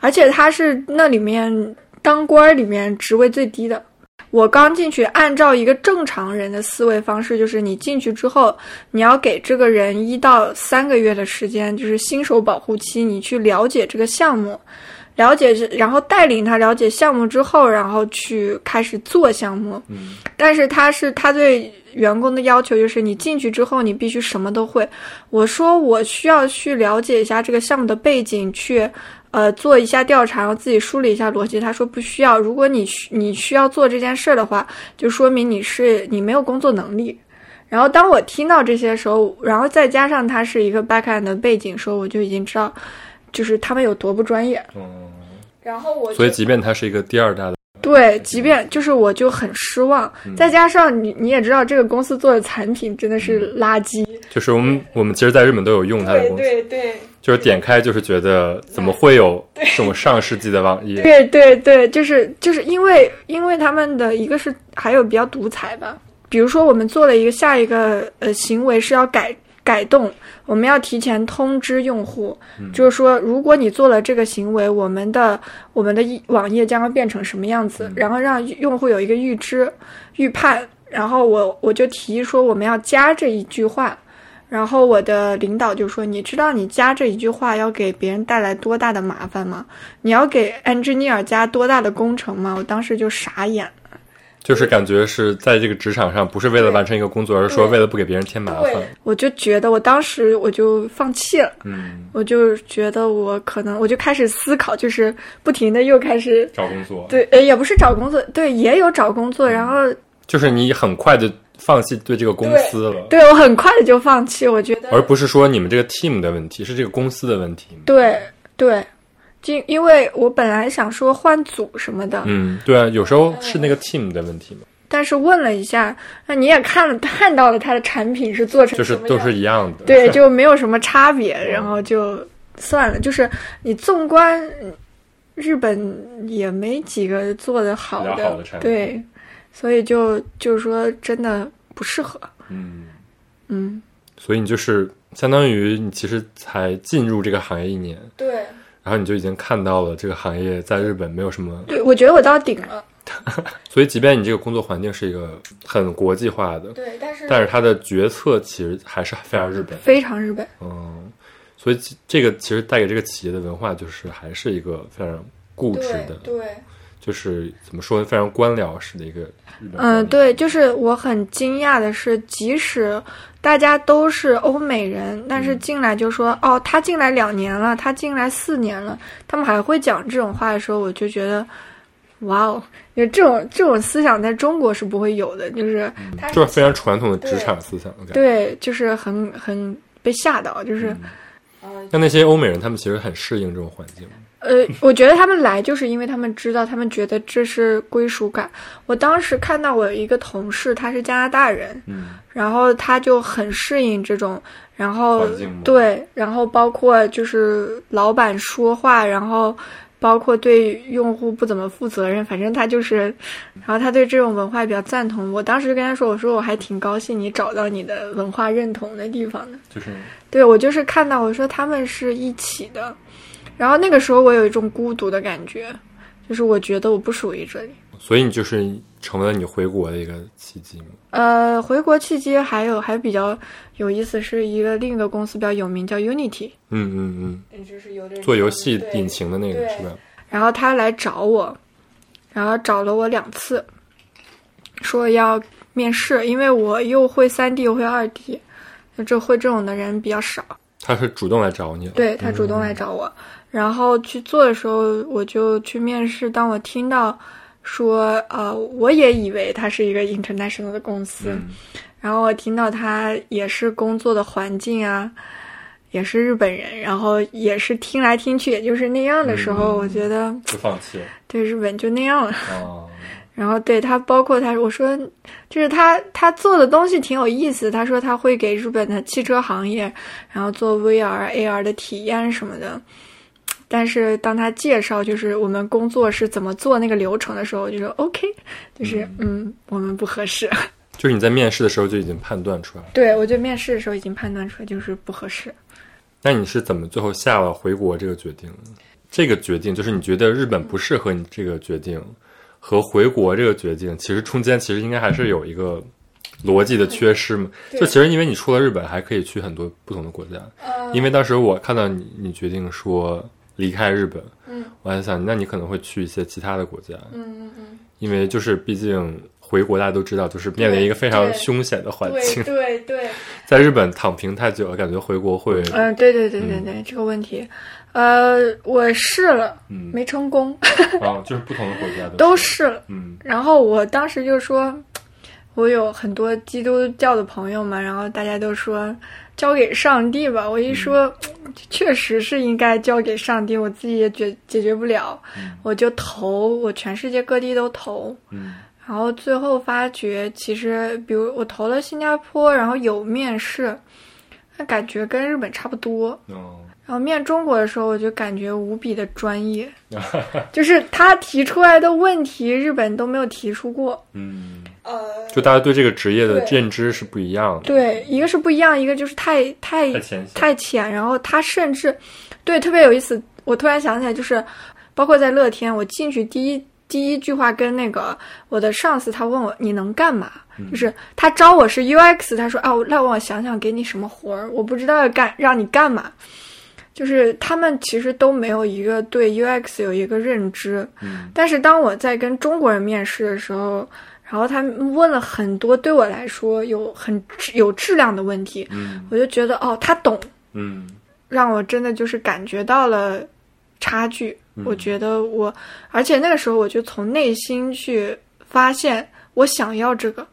Speaker 1: 而且他是那里面当官儿里面职位最低的。我刚进去，按照一个正常人的思维方式，就是你进去之后，你要给这个人一到三个月的时间，就是新手保护期，你去了解这个项目，了解这，然后带领他了解项目之后，然后去开始做项目。
Speaker 2: 嗯，
Speaker 1: 但是他是他对员工的要求就是，你进去之后你必须什么都会。我说我需要去了解一下这个项目的背景，去呃做一下调查，然后自己梳理一下逻辑。他说不需要，如果你需你需要做这件事儿的话，就说明你是你没有工作能力。然后当我听到这些时候，然后再加上他是一个 backend 的背景时候，我就已经知道，就是他们有多不专业。
Speaker 2: 嗯，
Speaker 1: 然后我
Speaker 2: 所以即便他是一个第二大的，
Speaker 1: 对，即便就是我就很失望，再加上你你也知道，这个公司做的产品真的是垃圾。
Speaker 2: 就是我们我们其实，在日本都有用他的公司，
Speaker 1: 对对
Speaker 2: 就是点开就是觉得怎么会有这种上世纪的网页？
Speaker 1: 对对对，就是就是因为因为他们的一个是还有比较独裁吧，比如说我们做了一个下一个呃行为是要改改动，我们要提前通知用户，就是说如果你做了这个行为，我们的我们的一网页将要变成什么样子，然后让用户有一个预知预判，然后我我就提议说我们要加这一句话。然后我的领导就说：“你知道你加这一句话要给别人带来多大的麻烦吗？你要给 engineer 加多大的工程吗？我当时就傻眼。
Speaker 2: 就是感觉是在这个职场上，不是为了完成一个工作，而是说为了不给别人添麻烦。
Speaker 1: 我就觉得，我当时我就放弃了，
Speaker 2: 嗯，
Speaker 1: 我就觉得我可能，我就开始思考，就是不停的又开始，
Speaker 2: 找工作，
Speaker 1: 对，呃，也不是找工作，对，也有找工
Speaker 2: 嗯
Speaker 1: 作，然后
Speaker 2: 就是你很快就放弃对这个公司了，
Speaker 1: 对我很快的就放弃，我觉得，
Speaker 2: 而不是说你们这个 team 的问题，是这个公司的问题。
Speaker 1: 对对，因因为我本来想说换组什么的，
Speaker 2: 嗯，对啊，有时候是那个 team 的问题嘛，
Speaker 1: 但是问了一下，那你也看了看到了它的产品是做成
Speaker 2: 就是
Speaker 1: 什么
Speaker 2: 都
Speaker 1: 样
Speaker 2: 是一样的。嗯
Speaker 1: 对，就没有什么差别，然后就算了。就是你纵观嗯日本也没几个做的好
Speaker 2: 比
Speaker 1: 的，
Speaker 2: 较好的产品
Speaker 1: 对，所以就就是说真的不适合。
Speaker 2: 嗯，
Speaker 1: 嗯，
Speaker 2: 所以你就是相当于你其实才进入这个行业一年，
Speaker 1: 对，
Speaker 2: 然后你就已经看到了这个行业在日本没有什么，
Speaker 1: 对我觉得我到顶了，
Speaker 2: 所以即便你这个工作环境是一个很国际化的，
Speaker 1: 对，但是
Speaker 2: 但是它的决策其实还是非常日本。
Speaker 1: 非常日本，
Speaker 2: 嗯，所以其这个其实带给这个企业的文化就是还是一个非常固执的，
Speaker 1: 对。
Speaker 2: 就是怎么说呢，非常官僚式的一个日本。
Speaker 1: 嗯，对，，就是我很惊讶的是，即使大家都是欧美人，但是进来就说、哦，他进来两年了，他进来四年了，他们还会讲这种话的时候，我就觉得，哇哦，就这种这种思想在中国是不会有的，就是他
Speaker 2: 嗯就是非常传统的职场思想感觉。
Speaker 1: 对，就是很很被吓到，就是、
Speaker 2: 嗯那那些欧美人，他们其实很适应这种环境。
Speaker 1: 呃，我觉得他们来就是因为他们知道，他们觉得这是归属感。我当时看到我有一个同事，他是加拿大人，
Speaker 2: 嗯，
Speaker 1: 然后他就很适应这种，然后
Speaker 2: 环境吗
Speaker 1: 对，然后包括就是老板说话，然后包括对用户不怎么负责任，反正他就是，
Speaker 2: 嗯
Speaker 1: 然后他对这种文化比较赞同。我当时就跟他说，我说我还挺高兴你找到你的文化认同的地方的。
Speaker 2: 就是
Speaker 1: 对我就是看到我说他们是一起的，然后那个时候我有一种孤独的感觉，就是我觉得我不属于这里。
Speaker 2: 所以你就是成为了你回国的一个契机嘛。
Speaker 1: 呃，回国契机还有还比较有意思，是一个另一个公司比较有名叫 Unity，
Speaker 2: 嗯嗯
Speaker 1: 就是有点
Speaker 2: 嗯，做游戏引擎的那个
Speaker 1: 对
Speaker 2: 是吧？
Speaker 1: 然后他来找我，然后找了我两次，说要面试，因为我又会三 D 又会二 D，就这会这种的人比较少。
Speaker 2: 他是主动来找你了，
Speaker 1: 对他主动
Speaker 2: 嗯
Speaker 1: 来找我，然后去做的时候，我就去面试。当我听到说，呃，我也以为它是一个 international 的公司，
Speaker 2: 嗯
Speaker 1: 然后我听到他也是工作的环境啊，也是日本人，然后也是听来听去也就是那样的时候，
Speaker 2: 嗯
Speaker 1: 我觉得
Speaker 2: 就放弃了
Speaker 1: 对日本就那样了。
Speaker 2: 啊，
Speaker 1: 然后对他，包括他，我说就是他他做的东西挺有意思。他说他会给日本的汽车行业，然后做 VR、AR 的体验什么的。但是当他介绍就是我们工作是怎么做那个流程的时候，我就说 OK，就是嗯我们不合适。 <laughs>
Speaker 2: 就是你在面试的时候就已经判断出来了。
Speaker 1: 对我觉得面试的时候已经判断出来就是不合适。
Speaker 2: 那你是怎么最后下了回国这个决定的？这个决定就是你觉得日本不适合你这个决定，和回国这个决定，其实中间其实应该还是有一个逻辑的缺失嘛。
Speaker 1: 对
Speaker 2: 就其实因为你出了日本，还可以去很多不同的国家。
Speaker 1: 呃
Speaker 2: 因为当时我看到你，你决定说离开日本，
Speaker 1: 嗯，
Speaker 2: 我还想，那你可能会去一些其他的国家，
Speaker 1: 嗯嗯
Speaker 2: 因为就是毕竟回国大家都知道，就是面临一个非常
Speaker 1: 对
Speaker 2: 凶险的环境。
Speaker 1: 对对。
Speaker 2: 在日本躺平太久了，感觉回国会，
Speaker 1: 嗯、对对对对对，这个问题，呃，我试了
Speaker 2: 嗯，
Speaker 1: 没成功，
Speaker 2: <laughs> 啊，就是不同的国家
Speaker 1: 都试了。
Speaker 2: 嗯
Speaker 1: 然后我当时就说，我有很多基督教的朋友嘛，然后大家都说交给上帝吧。我一说，确实是应该交给上帝，我自己也解解决不了，
Speaker 2: 嗯
Speaker 1: 我就投，我全世界各地都投。
Speaker 2: 嗯
Speaker 1: 然后最后发觉，其实比如我投了新加坡，然后有面试，那感觉跟日本差不多。
Speaker 2: 哦，
Speaker 1: 然后面中国的时候，我就感觉无比的专业，就是他提出来的问题，日本都没有提出过。
Speaker 2: 嗯，
Speaker 1: 呃，
Speaker 2: 就大家对这个职业的
Speaker 1: 对
Speaker 2: 认知是不一样的，
Speaker 1: 对，一个是不一样，一个就是太太
Speaker 2: 太浅显，
Speaker 1: 太浅，然后他甚至对特别有意思。我突然想起来，就是包括在乐天，我进去第一第一句话跟那个我的上司他问我你能干嘛，
Speaker 2: 嗯
Speaker 1: 就是他招我是 UX，他说啊，我让我想想给你什么活儿，我不知道要干让你干嘛。就是他们其实都没有一个对 UX 有一个认知，
Speaker 2: 嗯
Speaker 1: 但是当我在跟中国人面试的时候，然后他们问了很多对我来说有很质有质量的问题，
Speaker 2: 嗯
Speaker 1: 我就觉得哦，他懂，
Speaker 2: 嗯
Speaker 1: 让我真的就是感觉到了差距。
Speaker 2: 嗯
Speaker 1: 我觉得我，而且那个时候我就从内心去发现我想要这个，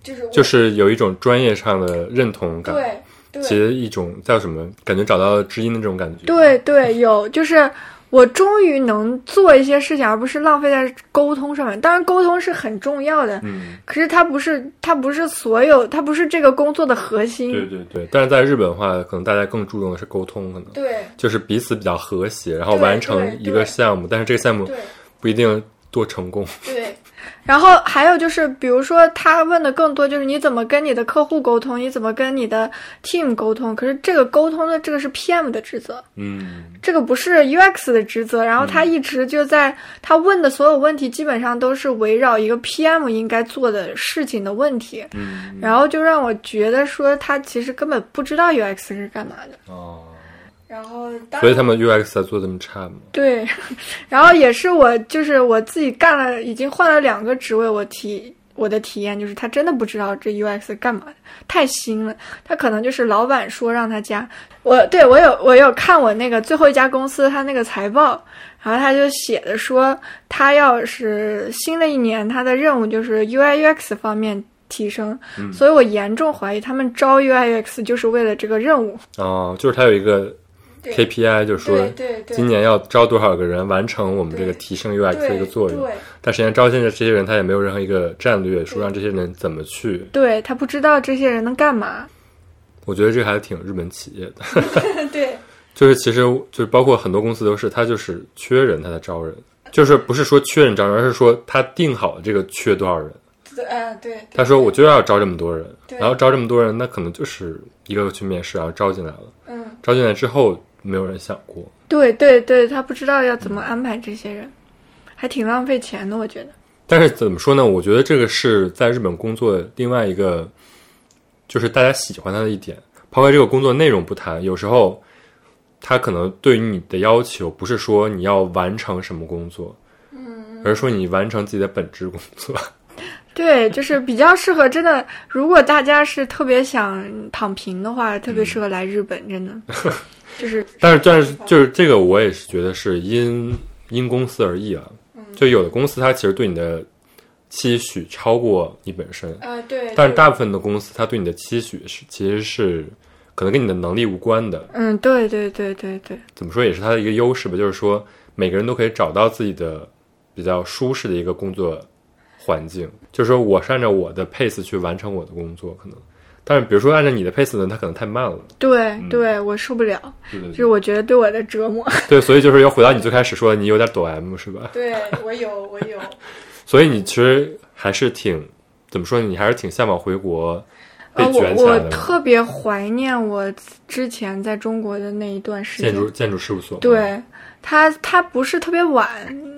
Speaker 1: 就是我
Speaker 2: 就是有一种专业上的认同感，
Speaker 1: 对对
Speaker 2: 其实一种叫什么，感觉找到了知音的这种感觉，，
Speaker 1: 对对，有，就是我终于能做一些事情，而不是浪费在沟通上面。当然，沟通是很重要的，
Speaker 2: 嗯。
Speaker 1: 可是它不是，它不是所有，它不是这个工作的核心。
Speaker 2: 对对对，但是在日本的话，可能大家更注重的是沟通，可能
Speaker 1: 对
Speaker 2: 就是彼此比较和谐，然后
Speaker 1: 对
Speaker 2: 完
Speaker 1: 对
Speaker 2: 成一
Speaker 1: 对
Speaker 2: 个项目，但是这个项目
Speaker 1: 对
Speaker 2: 不一定多成功。 <laughs>
Speaker 1: 对然后还有就是，比如说他问的更多就是你怎么跟你的客户沟通，你怎么跟你的 team 沟通。可是这个沟通的这个是 PM 的职责，
Speaker 2: 嗯
Speaker 1: 这个不是 UX 的职责。然后他一直就在、他问的所有问题，基本上都是围绕一个 PM 应该做的事情的问题。
Speaker 2: 嗯
Speaker 1: 然后就让我觉得说，他其实根本不知道 UX 是干嘛的。
Speaker 2: 哦，
Speaker 1: 然后当
Speaker 2: 所以他们 UX 才做这么差嘛。
Speaker 1: 对， <laughs> 然后也是我就是我自己干了，已经换了两个职位，我体我的体验就是他真的不知道这 UX 干嘛的，太新了。他可能就是老板说让他加我，对我有我有看我那个最后一家公司他那个财报，然后他就写的说他要是新的一年他的任务就是 UI UX 方面。提升，
Speaker 2: 嗯
Speaker 1: 所以我严重怀疑他们招 UI UX 就是为了这个任务。
Speaker 2: 哦，就是他有一个
Speaker 1: 对
Speaker 2: KPI，就是说
Speaker 1: 对对
Speaker 2: 今年要招多少个人完成我们这个
Speaker 1: 对
Speaker 2: 提升 UX 的一个作用。
Speaker 1: 对
Speaker 2: 但实际上招进的这些人，他也没有任何一个战略，说让这些人怎么去。
Speaker 1: 对他不知道这些人能干嘛。
Speaker 2: 我觉得这个还挺日本企业的，
Speaker 1: 对
Speaker 2: 就是其实就是包括很多公司都是，他就是缺人，他才招人。就是不是说缺人招人，而是说他定好了这个缺多少人。
Speaker 1: 对，嗯，对，
Speaker 2: 他说我就要招这么多人，
Speaker 1: 对
Speaker 2: 然后招这么多人，那可能就是一个个去面试，然后招进来了。
Speaker 1: 嗯，
Speaker 2: 招进来之后，没有人想过。
Speaker 1: 对对对，他不知道要怎么安排这些人，还挺浪费钱的，我觉得。
Speaker 2: 但是怎么说呢？我觉得这个是在日本工作的另外一个，就是大家喜欢他的一点。抛开这个工作内容不谈，有时候他可能对于你的要求不是说你要完成什么工作，嗯，而是说你完成自己的本职工作。
Speaker 1: 对，就是比较适合真的。如果大家是特别想躺平的话，特别
Speaker 2: 嗯
Speaker 1: 适合来日本，
Speaker 2: <laughs>
Speaker 1: 真的。就是，
Speaker 2: 但是，但是就是这个，我也是觉得是因因公司而异啊。就有的公司它其实对你的期许超过你本身，
Speaker 1: 呃，对。
Speaker 2: 但是大部分的公司它对你的期许是其实是可能跟你的能力无关的。
Speaker 1: 嗯，对对对对对，
Speaker 2: 怎么说也是它的一个优势吧，就是说每个人都可以找到自己的比较舒适的一个工作环境。就是说我是按照我的 pace 去完成我的工作，可能。但是比如说按照你的 pace 呢，它可能太慢了。嗯
Speaker 1: 对对，我受不了，
Speaker 2: 对对
Speaker 1: 就是我觉得对我的折磨。
Speaker 2: 对，所以就是又回到你最开始说的，你有点抖 M 是吧？
Speaker 1: 对我有，我有。
Speaker 2: 所以你其实还是挺怎么说呢？你还是挺向往回国被
Speaker 1: 呃，我
Speaker 2: 卷起来
Speaker 1: 我
Speaker 2: 的嘛。
Speaker 1: 特别怀念我之前在中国的那一段时
Speaker 2: 建
Speaker 1: 间。
Speaker 2: 筑建筑事务所嘛，
Speaker 1: 对他，他不是特别晚，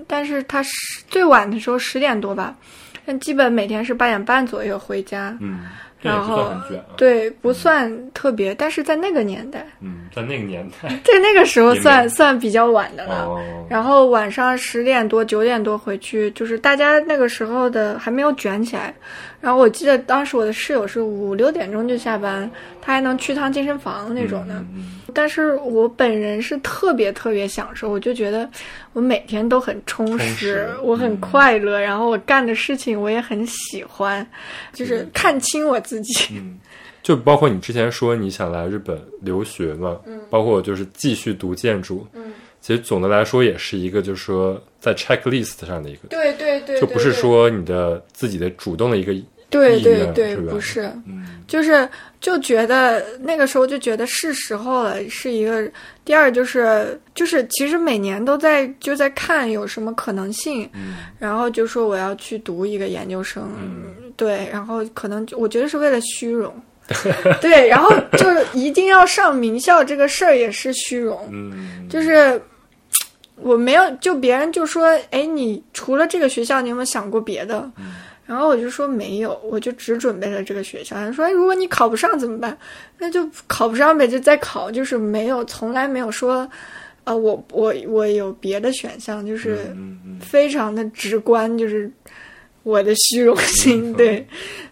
Speaker 1: 但是他是最晚的时候十点多吧，但基本每天是八点半左右回家。
Speaker 2: 嗯，这也
Speaker 1: 然
Speaker 2: 不
Speaker 1: 后
Speaker 2: 算很卷啊。
Speaker 1: 对，不算特别，但是在那个年代，
Speaker 2: 嗯，在那个年
Speaker 1: <laughs>
Speaker 2: 代
Speaker 1: 在那个时候
Speaker 2: 也没
Speaker 1: 算算比较晚的了。
Speaker 2: 哦，
Speaker 1: 然后晚上十点多、九点多回去，就是大家那个时候的还没有卷起来。然后我记得当时我的室友是五六点钟就下班，他还能去趟健身房那种的。
Speaker 2: 嗯，嗯
Speaker 1: 但是我本人是特别特别享受，我就觉得我每天都很充实，
Speaker 2: 充实嗯
Speaker 1: 我很快乐，然后我干的事情我也很喜欢，就是看清我自己。
Speaker 2: 嗯就包括你之前说你想来日本留学嘛，嗯，包括就是继续读建筑，
Speaker 1: 嗯，
Speaker 2: 其实总的来说也是一个，就是说在 checklist 上的一个，
Speaker 1: <laughs> 对对对
Speaker 2: 就不是说你的自己的主动的一个，
Speaker 1: 对
Speaker 2: 意
Speaker 1: 对
Speaker 2: 愿
Speaker 1: 对，
Speaker 2: 是吧
Speaker 1: 不是，
Speaker 2: 嗯
Speaker 1: 就是就觉得那个时候就觉得是时候了，是一个。第二就是就是其实每年都在就在看有什么可能性，
Speaker 2: 嗯
Speaker 1: 然后就说我要去读一个研究生，
Speaker 2: 嗯
Speaker 1: 对，然后可能就我觉得是为了虚荣， <laughs> 对，然后就是一定要上名校这个事儿也是虚荣，
Speaker 2: 嗯，
Speaker 1: 就是我没有，就别人就说，哎，你除了这个学校，你有没有想过别的？
Speaker 2: 嗯
Speaker 1: 然后我就说没有，我就只准备了这个学校。他说，哎如果你考不上怎么办？那就考不上呗，就再考，就是没有，从来没有说，啊、我我我有别的选项，就是。
Speaker 2: 嗯嗯
Speaker 1: 非常的直观，就是我的虚荣心，
Speaker 2: 嗯
Speaker 1: <laughs> 对，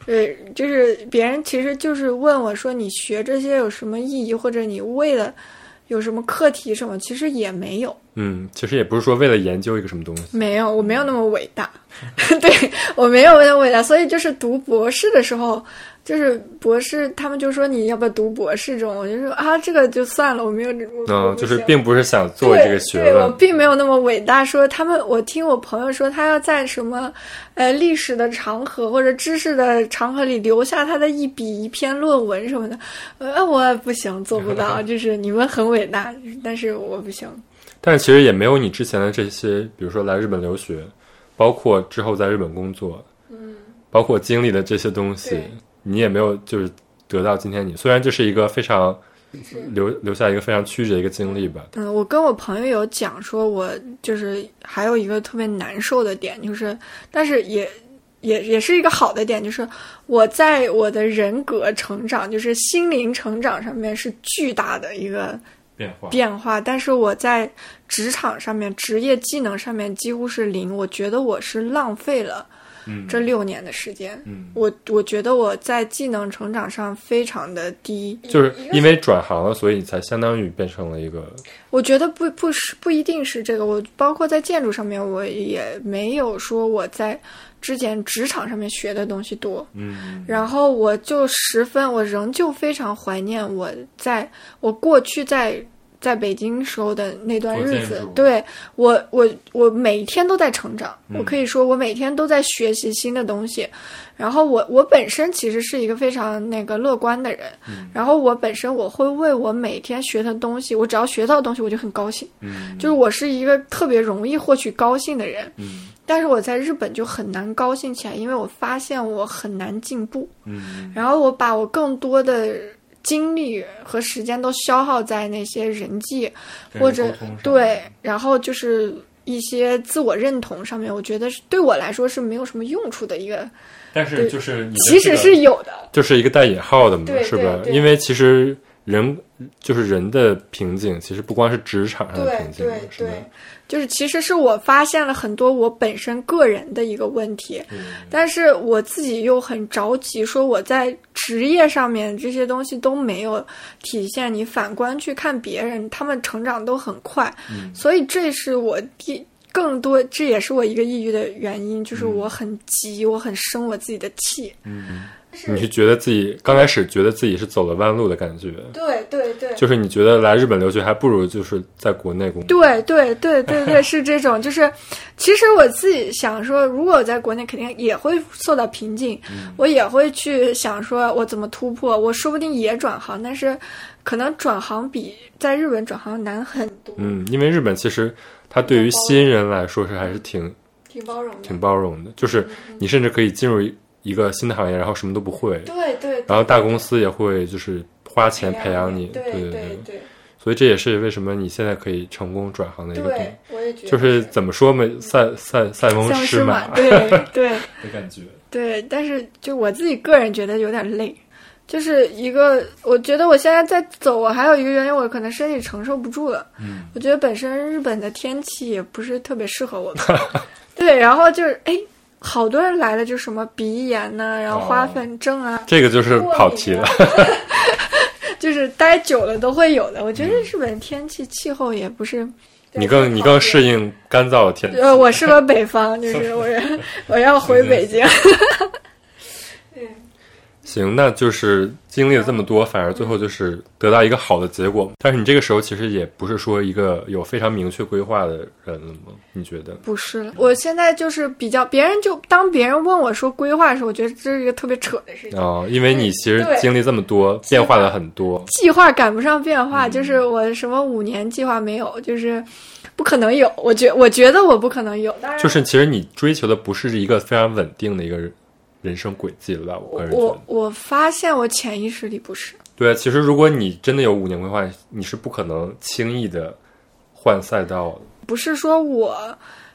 Speaker 1: 对，就是别人其实就是问我说你学这些有什么意义，或者你为了有什么课题什么，其实也没有，
Speaker 2: 嗯，其实也不是说为了研究一个什么东西，
Speaker 1: 没有，我没有那么伟大，
Speaker 2: 嗯
Speaker 1: <laughs> 对我没有那么伟大，所以就是读博士的时候，就是博士他们就说你要不要读博士这种，我就说啊这个就算了，我没有，我我
Speaker 2: 嗯，
Speaker 1: 不
Speaker 2: 就是
Speaker 1: 行
Speaker 2: 并不是想做这个学
Speaker 1: 对对，我
Speaker 2: 问，
Speaker 1: 并没有那么伟大。说他们，我听我朋友说，他要在什么，呃，历史的长河或者知识的长河里留下他的一笔一篇论文什么的。呃，我不行，做不
Speaker 2: <laughs>
Speaker 1: 到。就是你们很伟大，但是我不行。
Speaker 2: 但是其实也没有你之前的这些，比如说来日本留学，包括之后在日本工作，嗯，包括经历的这些东西
Speaker 1: 对，
Speaker 2: 你也没有就是得到今天你。虽然这是一个非常留留下一个非常曲折的一个经历吧，
Speaker 1: 嗯，我跟我朋友有讲说，我就是还有一个特别难受的点，就是，但是也也也是一个好的点，就是我在我的人格成长，就是心灵成长上面是巨大的一个。
Speaker 2: 变化
Speaker 1: 变化，但是我在职场上面、职业技能上面几乎是零。我觉得我是浪费了
Speaker 2: 嗯
Speaker 1: 这六年的时间。
Speaker 2: 嗯，
Speaker 1: 我我觉得我在技能成长上非常的低，
Speaker 2: 就是因为转行了，所以才相当于变成了一个
Speaker 1: 我觉得不不是不一定是这个，我包括在建筑上面，我也没有说我在之前职场上面学的东西多。
Speaker 2: 嗯
Speaker 1: 然后我就十分，我仍旧非常怀念我在我过去在在北京时候的那段日
Speaker 2: 做建
Speaker 1: 子
Speaker 2: 筑。
Speaker 1: 对我，我我每天都在成长，
Speaker 2: 嗯
Speaker 1: 我可以说我每天都在学习新的东西。然后我我本身其实是一个非常那个乐观的人，
Speaker 2: 嗯
Speaker 1: 然后我本身我会为我每天学的东西，我只要学到东西我就很高兴，
Speaker 2: 嗯
Speaker 1: 就是我是一个特别容易获取高兴的人。
Speaker 2: 嗯
Speaker 1: 但是我在日本就很难高兴起来，因为我发现我很难进步。
Speaker 2: 嗯
Speaker 1: 然后我把我更多的精力和时间都消耗在那些人际或者对，然后就是一些自我认同上面，我觉得是对我来说是没有什么用处的一个，
Speaker 2: 但
Speaker 1: 是
Speaker 2: 就是
Speaker 1: 其实是有的，
Speaker 2: 就是一个带引号的嘛
Speaker 1: 对，
Speaker 2: 是吧？
Speaker 1: 对对
Speaker 2: 因为其实人就是人的瓶颈，其实不光是职场上的
Speaker 1: 对
Speaker 2: 瓶颈，
Speaker 1: 对
Speaker 2: 是吧
Speaker 1: 对，就是其实是我发现了很多我本身个人的一个问题，但是我自己又很着急，说我在职业上面这些东西都没有体现。你反观去看别人，他们成长都很快，所以这是我第。更多，这也是我一个抑郁的原因，就是我很急，我很生我自己的气。
Speaker 2: 你是觉得自己刚开始觉得自己是走了弯路的感觉，
Speaker 1: 对对对，
Speaker 2: 就是你觉得来日本留学还不如就是在国内工作。
Speaker 1: 对对对对对，是这种，就是其实我自己想说，如果我在国内，肯定也会受到瓶颈，
Speaker 2: 嗯
Speaker 1: 我也会去想说我怎么突破，我说不定也转行，但是可能转行比在日本转行难很多，
Speaker 2: 嗯，因为日本其实它对于新人来说是还是挺
Speaker 1: 挺包容的
Speaker 2: 挺。包容的，就是你甚至可以进入一个新的行业，然后什么都不会，
Speaker 1: 对对，
Speaker 2: 然后大公司也会就是花钱培养你，
Speaker 1: 对
Speaker 2: 对
Speaker 1: 对对
Speaker 2: 所以这也是为什么你现在可以成功转行的一个点，，
Speaker 1: 我也觉得
Speaker 2: 就是怎么说嘛，塞塞塞翁
Speaker 1: 像
Speaker 2: 失
Speaker 1: 是
Speaker 2: 马
Speaker 1: 嘛，对对。
Speaker 2: 的感觉。
Speaker 1: 对，但是就我自己个人觉得有点累，就是一个，我觉得我现在在走，我还有一个原因，我可能身体承受不住了。
Speaker 2: 嗯，
Speaker 1: 我觉得本身日本的天气也不是特别适合我们。对，然后就是哎，好多人来了，就什么鼻炎呐、然后花粉症啊，
Speaker 2: 这个就是跑题了。
Speaker 1: 就是待久了都会有的。我觉得日本天气气候也不是。
Speaker 2: <laughs> 你更你更适应干燥的天气。
Speaker 1: 呃，我是个北方，就是我要我要回北京。
Speaker 2: 行，那就是经历了这么多，反而最
Speaker 1: 嗯
Speaker 2: 后就是得到一个好的结果。但是你这个时候其实也不是说一个有非常明确规划的人了吗？你觉得？
Speaker 1: 不是了，我现在就是比较别人就当别人问我说规划的时候，我觉得这是一个特别扯的事情。
Speaker 2: 哦，因为你其实
Speaker 1: 对
Speaker 2: 经历这么多，变化了很多。
Speaker 1: 计划赶不上变化，就是我什么五年计划没有，就是不可能有。我觉我觉得我不可能有，当然
Speaker 2: 就是其实你追求的不是一个非常稳定的一个人人生轨迹了吧？我个人觉
Speaker 1: 我
Speaker 2: 得，
Speaker 1: 我发现我潜意识里不是。
Speaker 2: 对啊。其实如果你真的有五年规划，你是不可能轻易的换赛道的。
Speaker 1: 不是说我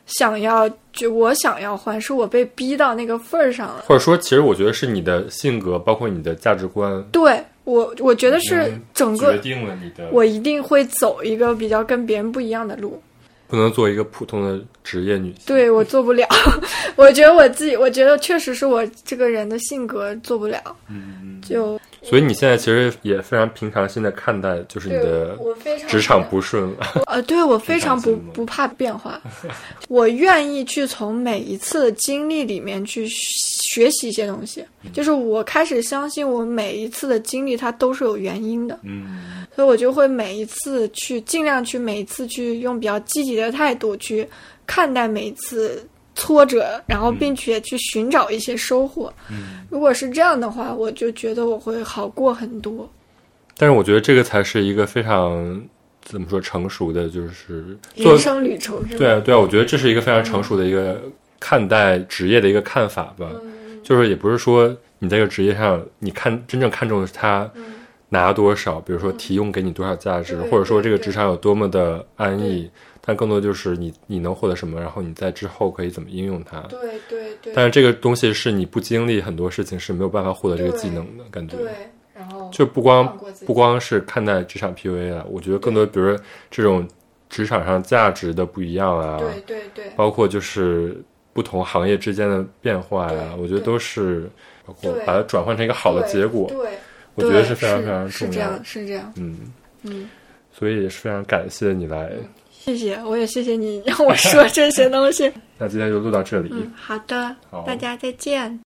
Speaker 1: 想要就我想要换，是我被逼到那个份儿上了。
Speaker 2: 或者说，其实我觉得是你的性格，包括你的价值观，
Speaker 1: 对我，我觉得是
Speaker 2: 嗯
Speaker 1: 整
Speaker 2: 决
Speaker 1: 个
Speaker 2: 定了你的。
Speaker 1: 我一定会走一个比较跟别人不一样的路。
Speaker 2: 不能做一个普通的职业女性。
Speaker 1: 对我做不了， <laughs> 我觉得我自己，我觉得确实是我这个人的性格做不了，
Speaker 2: 嗯，
Speaker 1: 就
Speaker 2: 所以你现在其实也非常平常心的看待，就是你的
Speaker 1: 我非常
Speaker 2: 职场不顺
Speaker 1: <laughs>
Speaker 2: 了。
Speaker 1: 呃，对我非常不
Speaker 2: 平常心
Speaker 1: 不怕变化， <laughs> 我愿意去从每一次的经历里面去学习一些东西，
Speaker 2: 嗯
Speaker 1: 就是我开始相信我每一次的经历它都是有原因的，
Speaker 2: 嗯，
Speaker 1: 所以我就会每一次去尽量去每一次去用比较积极的态度去看待每一次挫折，然后并且去寻找一些收获。
Speaker 2: 嗯
Speaker 1: 如果是这样的话，我就觉得我会好过很多。
Speaker 2: 但是我觉得这个才是一个非常怎么说成熟的，就是做
Speaker 1: 人生旅程是吧？
Speaker 2: 对啊对啊，我觉得这是一个非常成熟的一个看待职业的一个看法吧。
Speaker 1: 嗯
Speaker 2: 就是也不是说你在这个职业上，你看真正看重的是他
Speaker 1: 嗯
Speaker 2: 拿多少，比如说提供给你多少价值，
Speaker 1: 对
Speaker 2: 或者说这个
Speaker 1: 对
Speaker 2: 职场有多么的安逸，但更多就是你你能获得什么，然后你在之后可以怎么应用它。
Speaker 1: 对对对
Speaker 2: 但是这个东西是你不经历很多事情是没有办法获得这个技能的感觉。
Speaker 1: 然后
Speaker 2: 就不光
Speaker 1: 放过自己
Speaker 2: 不光是看待职场 PUA 啊，我觉得更多，比如说这种职场上价值的不一样啊，
Speaker 1: 对对
Speaker 2: 包括就是不同行业之间的变化呀、
Speaker 1: 对
Speaker 2: 我觉得都是包括
Speaker 1: 对
Speaker 2: 把它转换成一个好的结果，
Speaker 1: 对，
Speaker 2: 我觉得
Speaker 1: 对
Speaker 2: 是非常非常
Speaker 1: 是
Speaker 2: 重
Speaker 1: 这
Speaker 2: 要的
Speaker 1: 样。是这样，
Speaker 2: 嗯，
Speaker 1: 嗯。
Speaker 2: 所以也是非常感谢你来。
Speaker 1: 谢谢，我也谢谢你让我说这些东西。
Speaker 2: 那今天就录到这里。
Speaker 1: 嗯，好的
Speaker 2: 好，
Speaker 1: 大家再见。